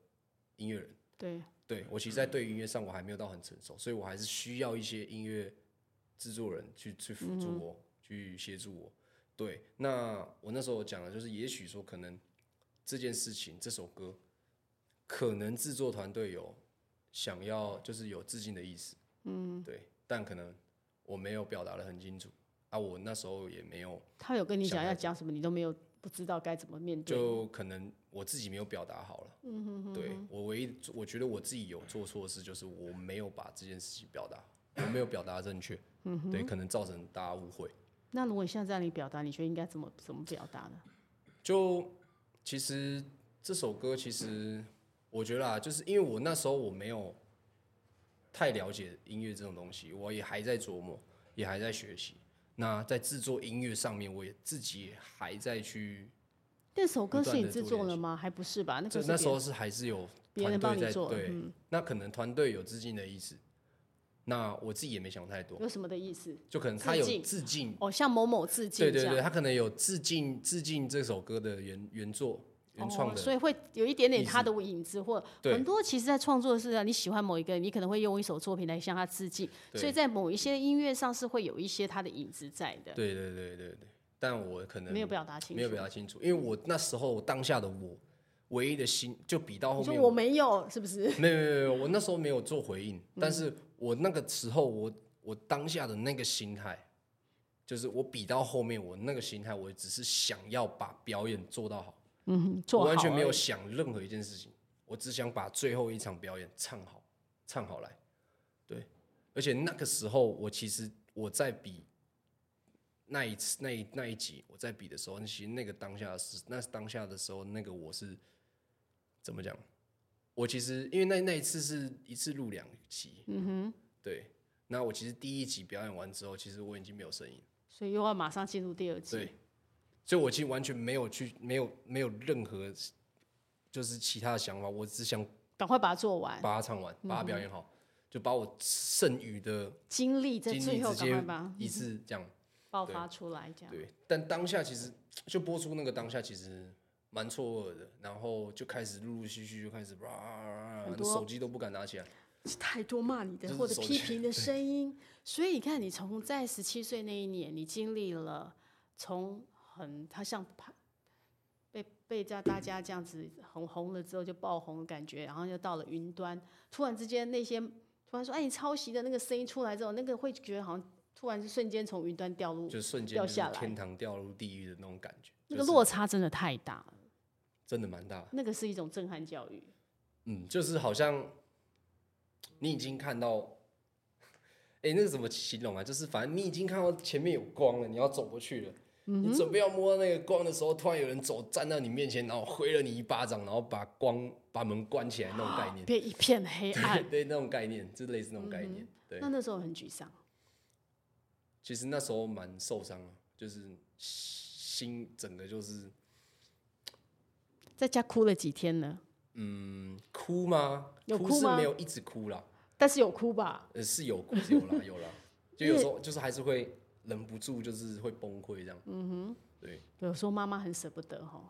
音乐人，
对，
对我其实，在对音乐上我还没有到很成熟，所以我还是需要一些音乐制作人去去辅助我，去协助我。对，那我那时候讲的就是，也许说可能这件事情，这首歌，可能制作团队有想要就是有致敬的意思，嗯，对，但可能我没有表达的很清楚啊，我那时候也没有，
他有跟你讲
小孩
要讲什么，你都没有不知道该怎么面对。
就可能我自己没有表达好了，嗯哼对我唯一我觉得我自己有做错的事，就是我没有把这件事情表达，我没有表达正确，嗯对，可能造成大家误会。
那如果你现在让你表达，你觉得应该怎么怎么表达呢？
就其实这首歌，其实我觉得啊，就是因为我那时候我没有太了解音乐这种东西，我也还在琢磨，也还在学习。那在制作音乐上面，我也自己也还在去，
那首歌
不
是
断
你
地
制
做
作
练
了吗？还不是吧？那
就
个是
那时
别
候是还是有
别人
团
帮
队
你
在
做嗯
对，那可能团队有致敬的意思。那我自己也没想太多，
有什么的意思？
就可能他
致
有
敬
致敬，
哦，向某某致敬
对
这
对
样。哦
对，他可能有致敬致敬这首歌的原原作原创
哦，
的
所以会有一点点
意思
他的影子，或
对
很多其实，在创作是啊，你喜欢某一个人，你可能会用一首作品来向他致敬，
对
所以在某一些音乐上是会有一些他的影子在的。
对对对对对，但我可能
没有表达清楚。
没有表达清楚，因为我那时候当下的我，唯一的心就比到后
你说
面
我没有，是不是？
没有没有没有，我那时候没有做回应，但是我那个时候我我当下的那个心态，就是我比到后面我那个心态，我只是想要把表演做到好，
嗯哼，做
我
好
完全没有
而已。
想任何一件事情，我只想把最后一场表演唱好，唱好来，对，而且那个时候我其实我在比。那一次，那一那一集我在比的时候，其实那个当下是那当下的时候，那个我是怎么讲？我其实因为那那一次是一次录两集，嗯哼，对。那我其实第一集表演完之后，其实我已经没有声音，
所以又要马上进入第二季。
对，所以我其实完全没有去，没有没有任何就是其他的想法，我只想
赶快把它做完，
把它唱完，把它表演好，就把我剩余的
精力嗯在
精
最
力
后
直
赶快
接
把
一次这样。
爆发出来，这样。
对，但当下其实就播出那个当下，其实蛮错愕的，然后就开始陆陆续续就开始哇，
很多
手机都不敢拿起来。
太多骂你的
就是
或者
手
批
机
评的声音， 所以你看，你从在十七岁那一年，你经历了从很他像怕被被叫大家这样子红红了之后就爆红的感觉，然后又到了云端，突然之间那些突然说哎你抄袭的那个声音出来之后，那个会觉得好像突然瞬间从云端掉入，
就瞬间
掉
就是
下来
天堂掉入地狱的那种感觉，
那
就
个
是
落差真的太大了，
真的蛮大的。
那个是一种震撼教育。
嗯，就是好像你已经看到，哎、那个怎么形容啊？就是反正你已经看到前面有光了，你要走过去了。
嗯
你准备要摸到那个光的时候，突然有人走站到你面前，然后挥了你一巴掌，然后把光把门关起来那种概念，
啊变一片黑暗，
对，那种概念，就类似那种概念。 对
那，那时候很沮丧，
其实那时候蛮受伤的，就是心整个就是
在家哭了几天呢？
嗯哭吗？
有
哭
哭
是
吗
没有一直哭啦，
但是有哭吧？
呃，是有哭是有啦有 啦，就有时候就是还是会忍不住，就是会崩溃这样。嗯哼，对，
有时候妈妈很舍不得哈，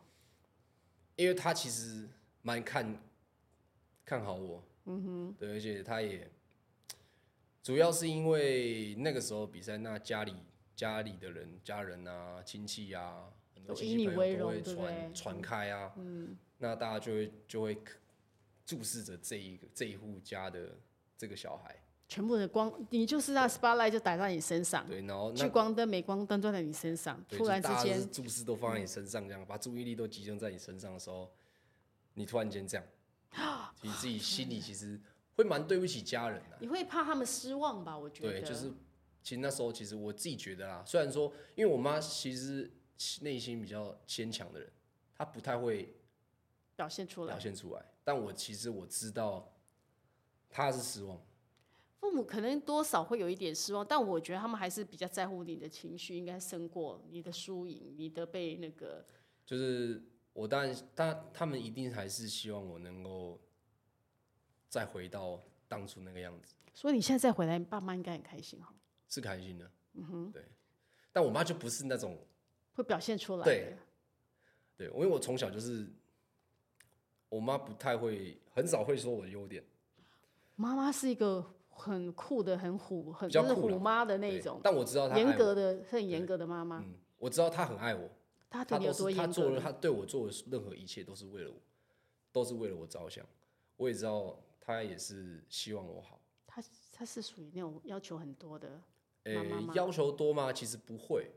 因为他其实蛮看看好我，嗯哼，对，而且他也主要是因为那个时候比赛，那家里家里的人、家人啊、亲戚啊，很多
都
亲
以
戚
你
朋
为
友都
荣
会
对不对
传传开啊，嗯，那大家就会就会注视着这一个这一户家的这个小孩，
全部的光，你就是那 spotlight 就打在你身上，
对，然后那
聚光灯、镁光灯都在你身上，
对
突
就
然之
大家就是
间，嗯
注视都放在你身上，这样把注意力都集中在你身上的时候，你突然间这样， 你自己心里其实会蛮对不起家人的、
你会怕他们失望吧？我觉得，
对，就是其实那时候其实我自己觉得啦，虽然说因为我妈其实内心比较坚强的人，她不太会
表现出
表
来。
现出来，但我其实我知道她是失望，
父母可能多少会有一点失望，但我觉得他们还是比较在乎你的情绪，应该胜过你的输赢，你的被那个
就是我当然，他他们一定还是希望我能够再回到当初那个样子。
所以你现在再回来，爸妈应该很开心哈，
是开心的，嗯哼，对。但我妈就不是那种，
会表现出来
对
的。
对，因为我从小就是，我妈不太会，很少会说我的优点，
妈妈是一个很酷的、很虎、很
比较
就是
酷啦
虎妈的那
对
一种，
但我知道她爱
严
我，
格的、很严格的妈妈。
嗯，我知道她很爱我，
她对
她
你
都
有多
是她
严
做
格
了，？她对我做的任何一切都是为了我，都是为了我着想。我也知道她也是希望我好，
她她是属于那种要求很多的，
诶、
妈妈吗
要求多吗？其实不会，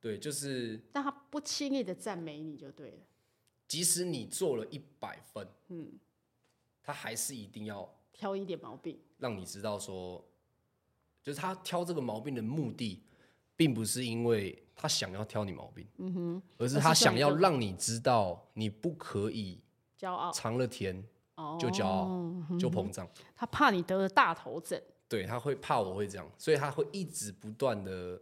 对，就是
但她不轻易的赞美你就对了。
即使你做了一百分，嗯，他还是一定要
挑一点毛病，
让你知道说，就是他挑这个毛病的目的，并不是因为他想要挑你毛病，嗯哼，而是他想要让你知道你不可以
骄傲
尝了甜
哦，
就骄傲、就膨胀，
她怕你得了大头症，
对他会怕我会这样，所以他会一直不断的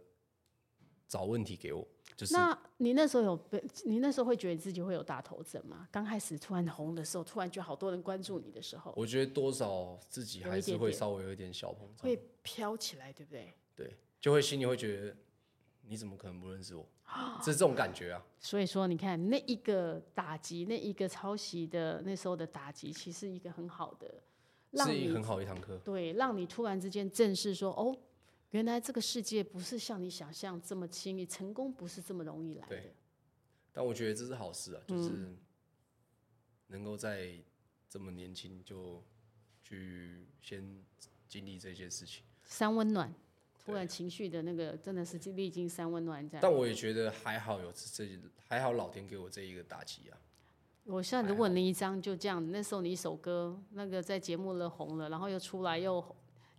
找问题给我，就是
那你那时候有被？你那时候会觉得自己会有大头症吗？刚开始突然红的时候，突然觉得好多人关注你的时候，
我觉得多少自己
有一
还是
点
会
点
稍微有一点小膨胀，
会飘起来，对不对？
对，就会心里会觉得你怎么可能不认识我？是这种感觉啊。
所以说，你看那一个打击，那一个抄袭的那时候的打击，其实一个很好的，让
是一
你
个很好的一堂课。
对，让你突然之间正视说，哦，原来这个世界不是像你想象这么轻易，成功不是这么容易来的
对。但我觉得这是好事啊，
嗯
就是能够在这么年轻就去先经历这些事情。
三温暖，突然情绪的那个真的是历经三温暖在。
但我也觉得还好有这这，还好老天给我这一个打击啊。
我现在如果你一张就这样，那时候你一首歌那个在节目了红了，然后又出来又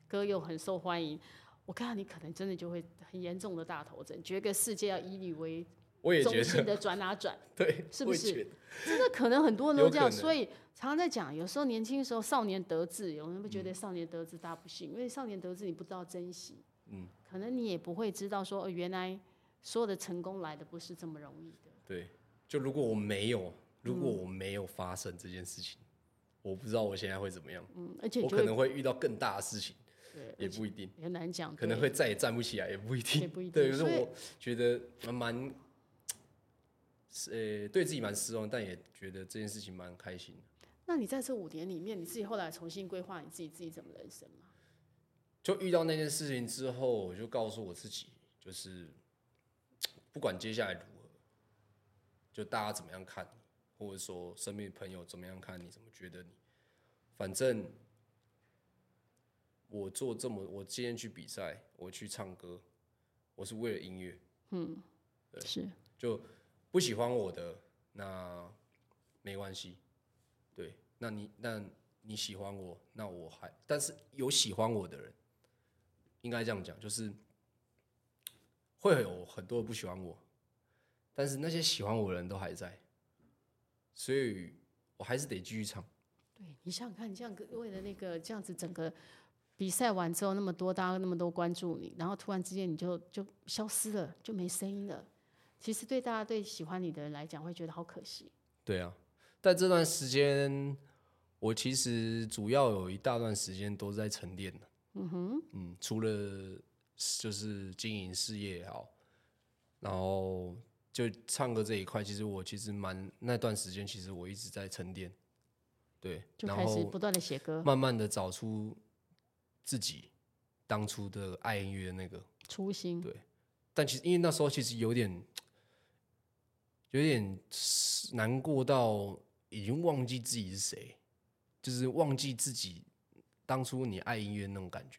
歌又很受欢迎，我看到你可能真的就会很严重的大头症，觉得世界要以你为
我也觉
中心
得，
的转哪转，
对，
是
我
不
也
是
觉得？
真的可能很多人都这样，
有可能
所以常常在讲，有时候年轻的时候少年得志，有人会觉得少年得志大不幸，因为少年得志你不知道珍惜，
嗯，
可能你也不会知道说，哦，原来所有的成功来的不是这么容易的。
对，就如果我没有，如果
嗯
我没有发生这件事情，我不知道我现在会怎么样。
嗯，而且
我
你就
可
会
能会遇到更大的事情，
对
也不一定，
很难讲，
可能
对
会再也站不起来，也不一
也
定。
不一定
对，就是
所以
我觉得蛮，是呃，对自己蛮失望，但也觉得这件事情蛮开心的。
那你在这五年里面，你自己后来重新规划你自己自己怎么人生吗？
就遇到那件事情之后，我就告诉我自己，就是不管接下来如何，就大家怎么样看你，或者说身边的朋友怎么样看你，怎么觉得你，反正我做这么，我今天去比赛，我去唱歌，我是为了音乐，
是，
就不喜欢我的那没关系，对，那你那你喜欢我，那我还但是有喜欢我的人，应该这样讲，就是会有很多不喜欢我，但是那些喜欢我的人都还在，所以我还是得继续唱。
对你想想看，你这样为了那个这样子整个比赛完之后，那么多大家那么多关注你，然后突然之间你就就消失了，就没声音了。其实对大家对喜欢你的人来讲，会觉得好可惜。
对啊，但这段时间我其实主要有一大段时间都在沉淀的。嗯哼，嗯，除了就是经营事业也好，然后就唱歌这一块，其实我其实蛮那段时间，其实我一直在沉淀。对，
就
然
开始
后
不断的写歌，
慢慢的找出自己当初的爱音乐的那个
初心
对但其实因为那时候其实有点有点难过到已经忘记自己是谁，就是忘记自己当初你爱音乐那种感觉。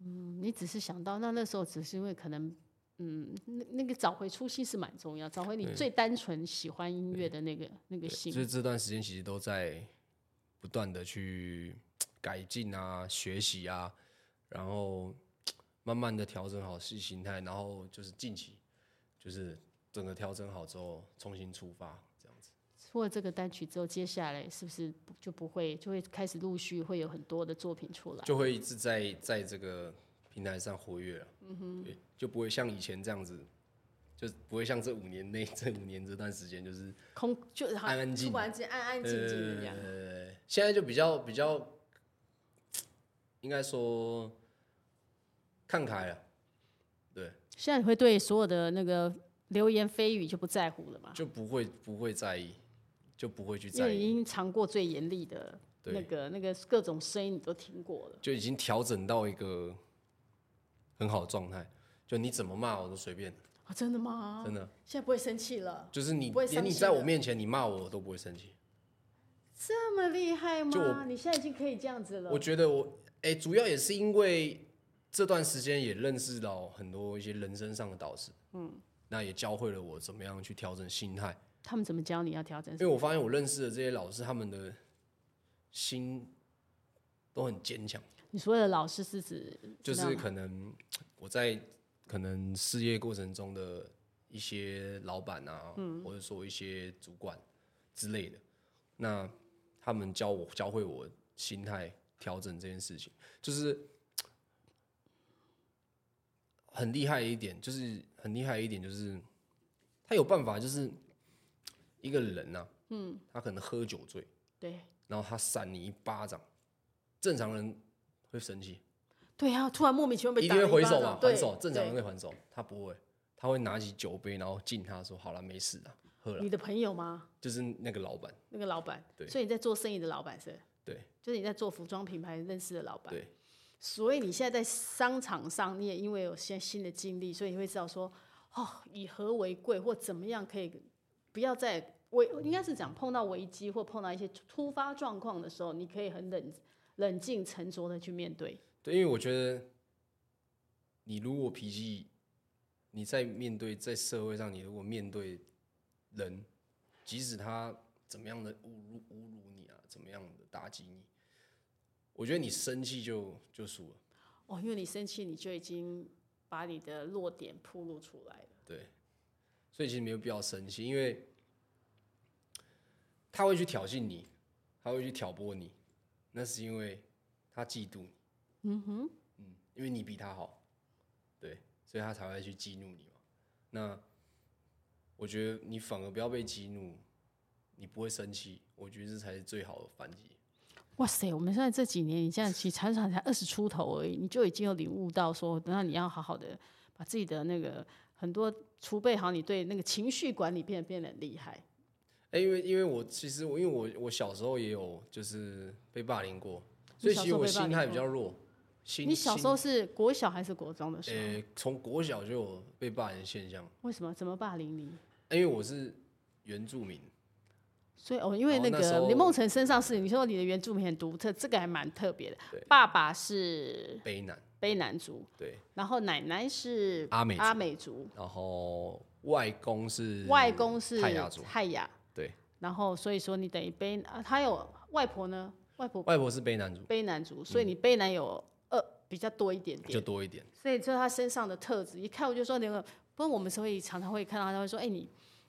嗯，你只是想到那那时候只是因为可能，嗯，那那个找回初心是蛮重要，找回你最单纯喜欢音乐的那个那个心
就。是这段时间其实都在不断的去改进啊、学习啊，然后慢慢的调整好心心态，然后就是近期就是整个调整好之后重新出发这样子。
出了这个单曲之后，接下来是不是不就不会就会开始陆续会有很多的作品出来？
就会一直在在这个平台上活跃了。嗯哼，对，就不会像以前这样子，就不会像这五年内 这五年这段时间就是
空就好
安安静
突然之间安安静静的这样。
呃，现在就比较比较，应该说看开了，对，
现在你会对所有的那个流言蜚语就不在乎了嘛？
就不会不会在意，就不会去
啊因
在
为你
意，
已经尝过最严厉的
对
那个那个各种声音，你都听过了。
就已经调整到一个很好的状态。就你怎么骂我都随便，
啊，真的吗？
真的，
现在不会生气了，
就是你
不会
连
伤
你
心
在我
的
面前你骂我我都不会生气。
这么厉害
就
吗
我？
你现在已经可以这样子了
我。觉得我哎、主要也是因为这段时间也认识到很多一些人生上的导师，嗯，那也教会了我怎么样去调整心态，
他们怎么教你要调整
因？为我发现我认识的这些老师，他们的心都很坚强，
你所有的老师是指
就
知道
是
吗
可能我在可能事业过程中的一些老板啊，
嗯
或者说一些主管之类的，那他们教我教会我心态调整这件事情，就是很厉害的一点，就是很厉害的一点就是他有办法，就是一个人呐、嗯，他可能喝酒醉，
对
然后他扇你一巴掌，正常人会生气。
对啊，突然莫名其妙被
一
打
定会
了巴
回手
掌
嘛，
对
还手，正常人
对
会还手，他不会，他会拿起酒杯，然后敬他说：“好了，没事啊，喝了。
你的朋友吗？”
就是那个老板，
那个老板，
对
所以你在做生意的老板是？
对
就是你在做服装品牌认识的老板。
对，
所以你现在在商场上，你也因为有些新的经历，所以你会知道说，哦，以和为贵，或怎么样可以不要再危，应该是讲碰到危机或碰到一些突发状况的时候，你可以很冷冷静沉着的去面对。
对，因为我觉得你如果脾气，你在面对在社会上，你如果面对人，即使他怎么样的侮辱侮辱你啊，怎么样的打击你，我觉得你生气就就输了。
哦，因为你生气，你就已经把你的弱点暴露出来了。
对，所以其实没有必要生气，因为他会去挑衅你，他会去挑拨你，那是因为他嫉妒你。嗯哼，嗯，因为你比他好，对，所以他才会去激怒你嘛。那我觉得你反而不要被激怒，你不会生气，我觉得这才是最好的反击。
哇塞！我们现在这几年，你这样其实才才才二十出头而已，你就已经有领悟到说，那你要好好的把自己的那个很多储备好，你对那个情绪管理变得变得很厉害。
哎、因为因为我其实我因为我我小时候也有就是被霸凌过，
你
所以
小
其
时
实
候
我
被霸
心
凌
态
过
比较弱。心
你小
心
时候是国小还是国中的时候？
呃，从国小就有被霸凌现象，
为什么？怎么霸凌你？
因为我是原住民，
所以哦，因为
然
那
后那时
个
候
林梦辰身上是你说你的原住民很独特，这个还蛮特别的
对。
爸爸是
卑南，
卑南族，
对，
然后奶奶是
阿美族
阿美族，
然后外公是
外公是
泰雅族，
泰雅
对，
然后所以说你等于卑，啊他有外婆呢，外婆
外婆是卑南族，
卑南族，所以你卑南有二、比较多一点
就
点，
多一点。
所以就是他身上的特质，一看我就说那个，不然我们所以常常会看到他会说，哎、你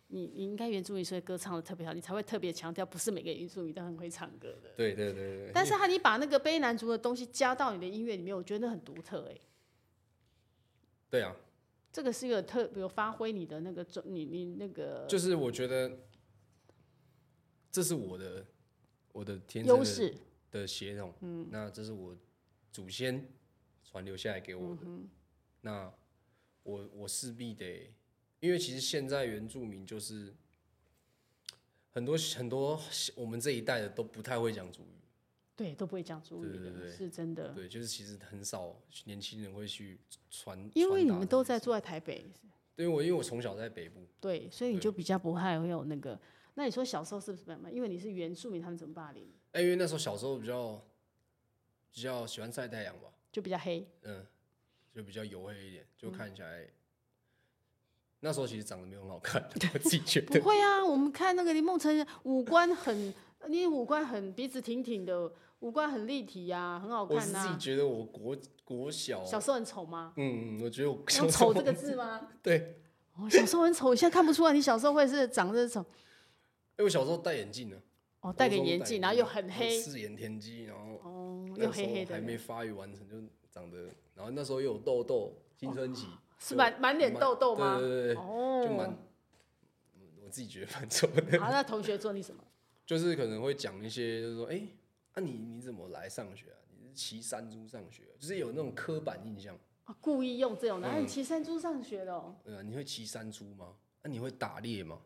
你你应该原住民，所以歌唱的特别好，你才会特别强调，不是每个原住民都很会唱歌的。
对对对对，
但是他你把那个卑南族的东西加到你的音乐里面，我觉得很独特哎、
对啊，
这个是一个特有发挥你的那个专你你那个
就是我觉得这是我的我的天生
优
的
势。
的血统，嗯，那这是我祖先传留下来给
嗯
我的，那我我势必得，因为其实现在原住民就是很多很多我们这一代的都不太会讲主语，
对，都不会讲主语
对对
的，
对
是真的。
对，就是其实很少年轻人会去传，
因为
传
你
达
们
的
都在住在台北，
对我，因为我从小在北部，
对，所以你就比较不太会有那个。那你说小时候是不是怎么样？因为你是原住民，他们怎么霸凌？
哎、因为那时候小时候比较比较喜欢晒太阳吧，
就比较黑，
嗯，就比较黝黑一点，
嗯
就看起来、那时候其实长得没有很好看， 我自己觉得
不。会啊。我们看那个林梦辰，五官很，你五官很鼻子挺挺的，五官很立体呀、啊，很好
我是
看
自
呐、
己觉得我国国小，啊
小时候很丑吗？
嗯，嗯，我觉得我
用
小时
丑
候
这个字 吗？
对，
哦，小时候很丑，现在看不出来你小时候会是长得丑。
因为我小时候戴眼镜呢，
哦，戴个
高中
眼镜，然后又很黑，
四眼田鸡，然后
哦，
那
又
时候
黑黑的
还，没发育完成就长得，然后那时候又有痘痘，青春期
哦是满满脸痘痘吗？
对对对对，
哦，
就蛮，嗯我自己觉得蛮丑的，
好，那同学做你什 么？
就是可能会讲一些，就是说，哎、啊你你怎么来上学啊？你是骑山猪上学啊、就是有那种刻板印象，
啊故意用这种
嗯
的，哎、你骑山猪上学的、哦，
对啊，你会骑山猪吗？那、你会打猎吗？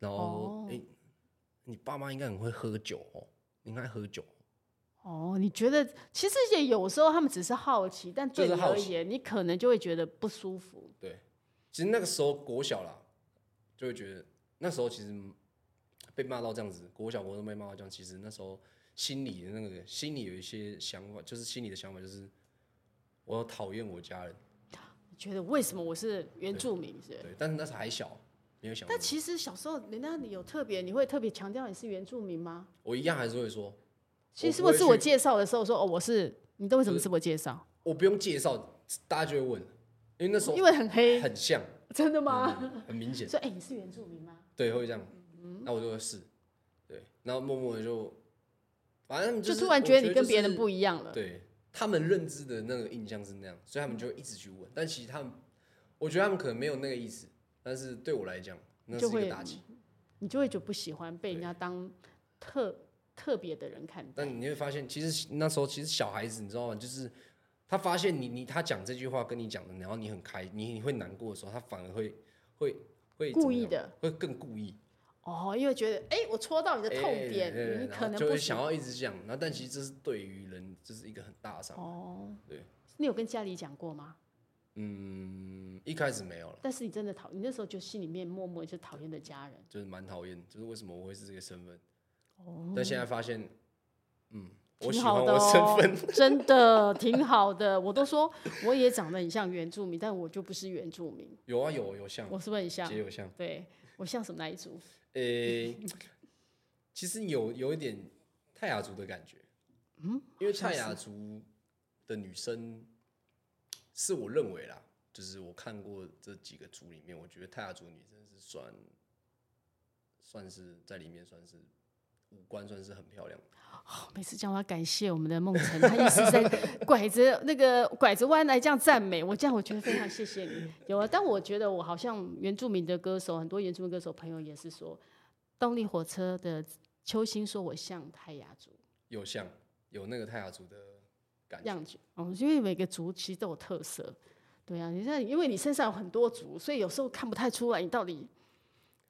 然后，
哦
哎、你爸妈应该很会喝酒哦，你应该喝酒。
哦，你觉得其实也有时候他们只是好奇，但对
就
你
是好
而
奇
言，你可能就会觉得不舒服。
对，其实那个时候国小啦，就会觉得那时候其实被骂到这样子，国小国中被骂到这样，其实那时候心里的那个心里有一些想法，就是心里的想法就是我讨厌我家人。
你觉得为什么我是原住民是不是？
对，但是那时候还小，没有想那
但
么多。
其实小时候人家有特别，你会特别强调你是原住民吗？
我一样还是会说，
其实
我不会
自我
去
介绍的时候说哦我是，你都为什么自我介绍？
我不用介绍，大家就会问，因为那时候
因为很黑，
很像，嗯
真的吗？
很明显。
所以哎、你是原住民吗？
对，会这样。那我就会是，对，然后默默的就，反正
就是突然
我
觉
觉
得你跟别人
就是
不一样了。
对，他们认知的那个印象是那样，所以他们就会一直去问。但其实他们，我觉得他们可能没有那个意思，但是对我来讲，那是
就
一个
会
打击。
你就会觉得不喜欢被人家当特特别的人看待。
但你会发现，其实那时候其实小孩子，你知道吗？就是他发现你你他讲这句话跟你讲的，然后你很开，你你会难过的时候，他反而会会会怎
故
么
意
样
的，
会更故意。
哦，因为觉得哎、我戳到你的痛
哎
点，
对对
你
然
可
后
能
就
不
会
行
想要一直这样，然后但其实这是对于人这是一个很大的伤害。
哦。
对，
你有跟家里讲过吗？
嗯，一开始没有了，
但是你真的讨，你那时候就心里面默默就讨厌的家人。
就是蛮讨厌，就是为什么我会是这个身份？
哦，
但现在发现，嗯，我喜
挺
欢
好的
我身
哦
份，，
真的挺好的。我都说我也长得很像原住民，但我就不是原住民，
有啊有有像，
我是不是很像
姐？有像，
对我像什么那一族？
诶、其实有有一点泰雅族的感觉，嗯，因为泰雅族的女生是我认为啦，就是我看过这几个族里面，我觉得泰雅族女生是算算是在里面算是五官算是很漂亮的，
每次讲我要感谢我们的梦辰，他一直在拐着那个拐着弯来这样赞美我，这样我觉得非常谢谢你。有啊，但我觉得我好像原住民的歌手，很多原住民歌手朋友也是说，动力火车的邱心说我像泰雅族
有像有那个泰雅族的感觉，
样子，哦，因为每个族其实都有特色。对啊，你像因为你身上有很多族，所以有时候看不太出来你到底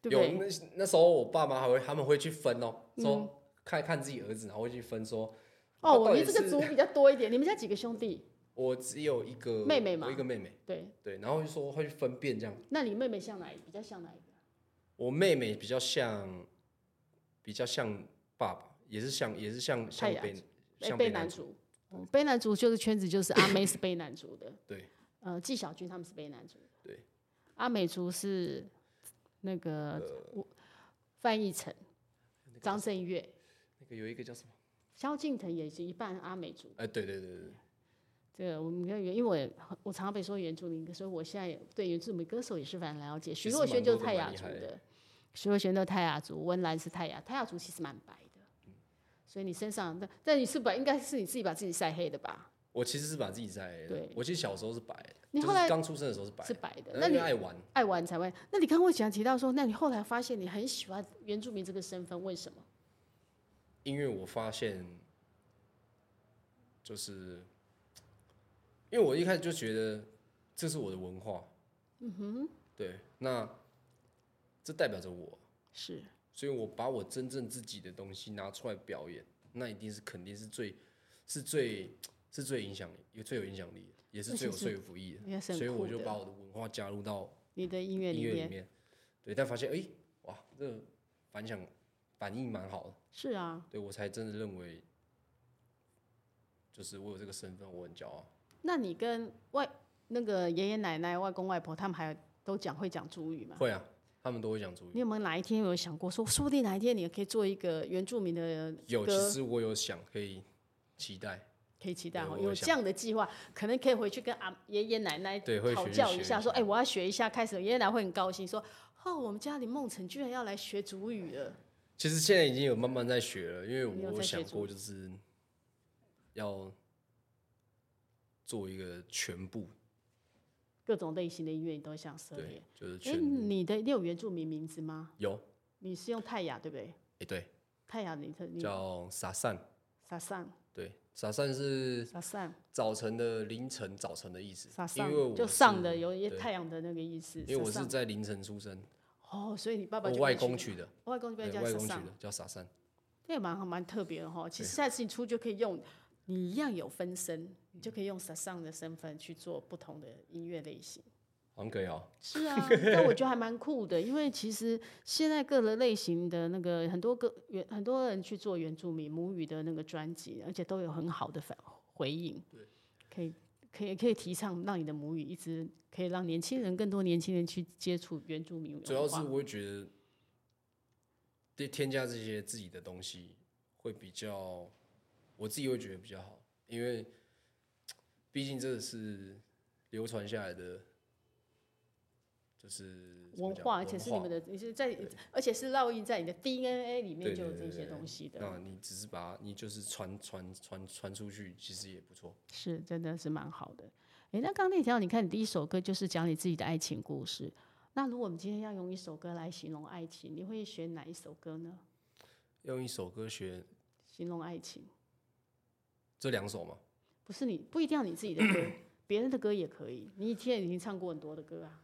对不
有
对？哦
那那时候我爸妈还会他们会去分哦，说、
嗯
看看自己儿子，然后会去分说，
哦，我
到
们
底
这个
是
族比较多一点。你们家几个兄弟？
我只有一个
妹妹吗
我一个妹妹，
对，
对，然后就说会去分辨这样。
那你妹妹像哪一？比较像哪一个？
我妹妹比较像，比较像爸爸，也是像也是像
太
像
阳
北
哎，
像
卑
南
南，族。哦卑南族就是圈子，就是阿妹是卑南族的，
对
呃，纪晓君他们是卑南族，
对，
阿美族是那个
呃
我范逸臣、张震岳、
那个有一个叫什么？
萧敬腾也是一半阿美族。
哎、对对对对，
这个我们跟原，因为我也我常常被说原住民，所以我现在也对原住民歌手也是蛮了解。
其
徐
实
若瑄就是
蛮多都
泰雅
蛮厉
族
害的
的，徐若瑄都泰雅族，温岚是泰雅，泰雅族其实蛮白的，
嗯
所以你身上，但但你是把应该是你自己把自己晒黑的吧？
我其实是把自己在，
对
我其实小时候是白的，
你
就
后
是
来
刚出生的时候是白
是
的，
白的，
然后
那
因
你
为爱玩，
爱玩才会。那你刚刚会讲提到说，那你后来发现你很喜欢原住民这个身份，为什么？
因为我发现，就是因为我一开始就觉得这是我的文化，嗯哼，对，那这代表着我，
是
所以我把我真正自己的东西拿出来表演，那一定是肯定是最是最是最影响力，也最有影响力的，也是最有说服力
应该
的。
是
所以
很
我
酷
就把
的。
我的文化加入到
你的音乐
音
里
乐里
面
面，对，但发现哎、诶哇，这个反响反应蛮好的，
是啊。
对我才真的认为，就是我有这个身份，我很骄傲。
那你跟外那个爷爷奶奶、外公外婆他们还都讲会讲主语吗？
会啊，他们都会讲主语。
你有没有哪一天有想过说，说不定哪一天你也可以做一个原住民的
有，其
歌，
实我有想可以期待，
可以期待哦。
有我
有
想
这样的计划，可能可以回去跟阿爷爷奶奶
对会
讨
学一
教
学
一
一
下，说，
下
哎，我要学一下。开始爷爷奶奶会很高兴，说，哦，我们家里梦辰居然要来学主语了。
其实现在已经有慢慢在学了，因为
你有
我
在学
想
主
过就是要做一个全部，
各种类型的音乐你都想涉猎
对。，就是
哎，
全部、
你的你有原住民名字吗？
有，
你是用泰雅对不对？
哎、对，
泰雅你的你
叫撒散，
撒散
对，撒散是
撒散
早晨的凌晨早晨的意思
撒，
因
散
为我，
就是上的有一
对
太阳的那个意思。
因为我
撒
是
上
在凌晨出生，
哦，所以你爸爸
我
就
外
被取
公
的
取的，
外公就被
对，
叫
外
撒
公取
上，
的叫撒散，
这也蛮好蛮特别的哈。
啊
其实下次你出就可以用，你一样有分身，你就可以用撒上的身份去做不同的音乐类型。
好像可以哦、
是 啊，但我觉得还蛮酷的，因为其实现在各个类型的那个很多个原很多人去做原住民母语的那个专辑，而且都有很好的反回应。可以可以可以提倡让你的母语一直可以让年轻人更多年轻人去接触原住民文化。
主要是我会觉得，对添加这些自己的东西会比较，我自己会觉得比较好，因为毕竟这是流传下来的，就是怎么
文
讲
化，而且是你们
文
的，你是在，而且是烙印在你的 DNA 里面
对
就有
对
这
对
些东西的。
那你只是把你就是传传传传出去，其实也不错。
是，真的是蛮好的。诶，那刚刚那条，你看你第一首歌就是讲你自己的爱情故事。那如果我们今天要用一首歌来形容爱情，你会选哪一首歌呢？
用一首歌学
形容爱情，
这两首嘛，
不是你不一定要你自己的歌，别人的歌也可以。你一天已经唱过很多的歌啊，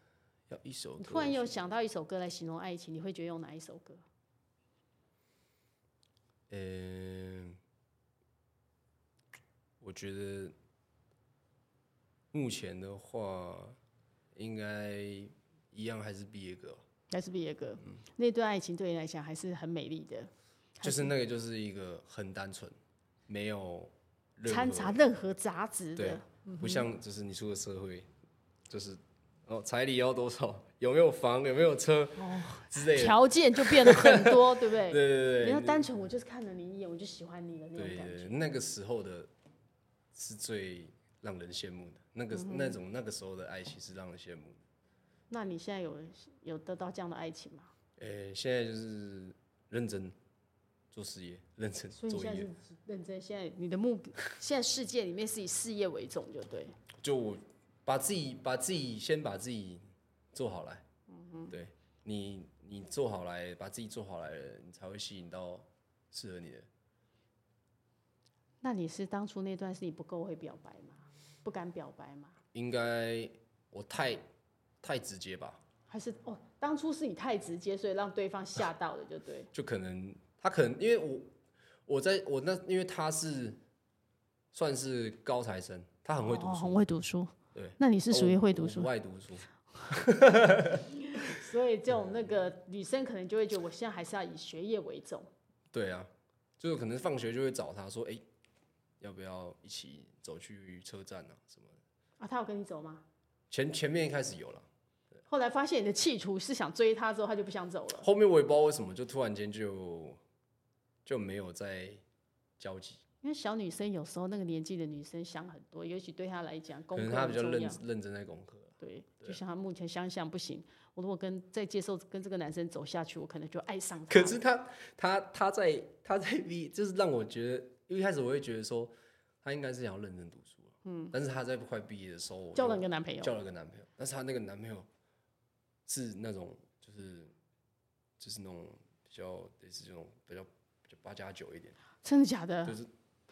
要一首
你
歌。
突然有想到一首歌来形容爱情，你会觉得用哪一首歌？
嗯，我觉得目前的话，应该一样还是毕业歌，
还是毕业歌，
嗯
那段爱情对你来讲还是很美丽的，
就是那个就是一个很单纯，没有任
掺
何
杂嗯任何杂质
对
的，，
不像就是你出了社会，就是哦彩礼要多少，有没有房，有没有车、
哦
之类的。
条件就变了很 多，对不
对
对？
对
比
对
较单纯，我就是看了你一眼，我就喜欢你了那种
对
感觉。
对，那个时候的是最让人羡慕的，那个、
嗯
那种那个时候的爱情是让人羡慕的。
那你现在有有得到这样的爱情吗？
诶，现在就是认真做事业，认真
所以你
做
现在
业
是。认真，现在你的目，现在世界里面是以事业为重，就对。
就我把自己把自己先把自己做好来，
嗯
对你你做好来，把自己做好来了，你才会吸引到适合你的。
那你是当初那段是你不够会表白吗？不敢表白吗？
应该我太太直接吧，
还是哦，当初是你太直接，所以让对方吓到了，就对。
就可能他可能因为我我在我那因为他是算是高材生，他很会读
哦，
书，
很会读书。
对，
那你是属于
我
会读
我
书
不，爱读书，
所以这种那个女生可能就会觉得，我现在还是要以学业为重。
对啊，就是可能放学就会找他说，哎、要不要一起走去车站啊什么的？
啊，他有跟你走吗？
前前面一开始有了。
后来发现你的企图是想追他，之后他就不想走了。
后面我也不知道为什么，就突然间就就没有再交集，
因为小女生有时候那个年纪的女生想很多，也许对她来讲，
可
功
能
课
他
很
比较
重
认
要。
认真在功课。
对，就像她目前想想不行，我如果跟再接受跟这个男生走下去，我可能就爱上他。
可是他他他在他在 V，就是让我觉得一开始我会觉得说他应该是想要认真读书嗯，但是他在快毕业的时候，我就
交了一个男朋友，
交了个男朋友，但是他那个男朋友是那种就是就是那种比较类似这种比较比较八加九一点，
真的假的
对？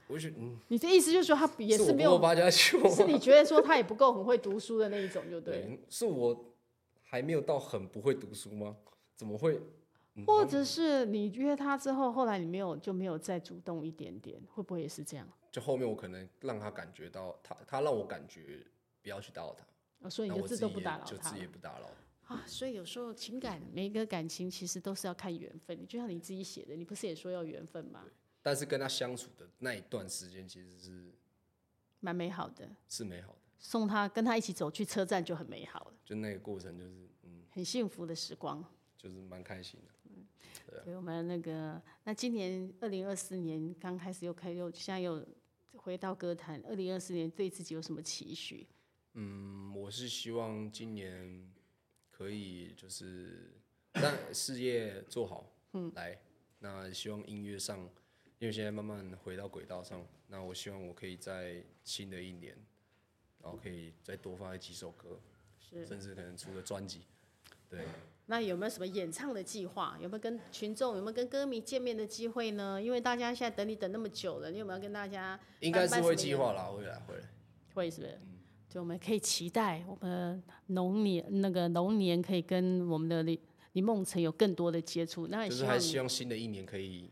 我就觉得嗯，
你的意思就是说他也
是
是
我
没
不够
有，
八加九 吗，
是你觉得说他也不够很会读书的那一种，就对了。
对，是我还没有到很不会读书吗？怎么会？嗯
或者是你约他之后，后来你没有就没有再主动一点点，会不会也是这样？
就后面我可能让他感觉到他，他让我感觉不要去打扰他，
哦所以
那
你就
我
自
自
动
己
不
也
打扰
就
他
自己
了
也不打扰。
啊。所以有时候情感，每一个感情其实都是要看缘分。就像你自己写的，你不是也说要缘分吗？
但是跟他相处的那一段时间，其实是
蛮美好的，
是美好的，
送他跟他一起走去车站就很美好了，
就那个过程就是嗯，
很幸福的时光。
就是蛮开心的。
所以我们那个，那今年二零二四年刚开始又开又现在又回到歌坛，二零二四年对自己有什么期许？
嗯，我是希望今年可以就是让事业做好，嗯，来，那希望音乐上，因为现在慢慢回到轨道上，那我希望我可以在新的一年，然后可以再多发几首歌，
是，
甚至可能出个专辑，对，
那有没有什么演唱的计划？有没有跟群众，有没有跟歌迷见面的机会呢？因为大家现在等你等那么久了，你有没有跟大家
应该是
办
会
什么
计
演
划啦，会来会来，
会是不是？
嗯
对，我们可以期待我们龙年那个龙年可以跟我们的李李梦辰有更多的接触。那也
就是
希
还
望
希
你
望新的一年可以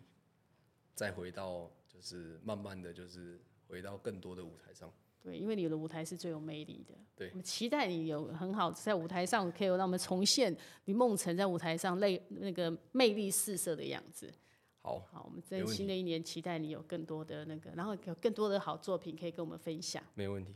再回到，就是慢慢的就是回到更多的舞台上。
对，因为你的舞台是最有魅力的。
对
我们期待你有很好在舞台上可以让我们重现李梦辰在舞台上类那个魅力四射的样子。
好，
好，我们在
没问题
新的一年期待你有更多的那个，然后有更多的好作品可以跟我们分享。
没问题，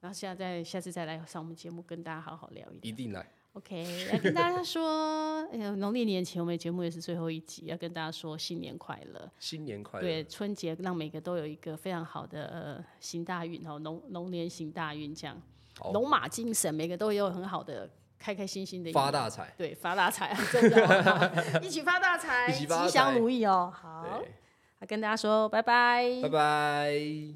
然后下再下次再来上我们节目，跟大家好好聊一聊。
一定来。
OK，要跟大家说，呃，农历年前我们的节目也是最后一集，要跟大家说新年快乐。
新年快乐！
对，春节让每个都有一个非常好的呃行大运哦，龙龙年行大运这样，
好
龙马精神，每个都有很好的开开心心的一
发
年
大财。
对发大财，啊真的 哦、一起发大财，
一起发大
吉祥
财
如意哦。好，
对，
要跟大家说拜拜
拜拜。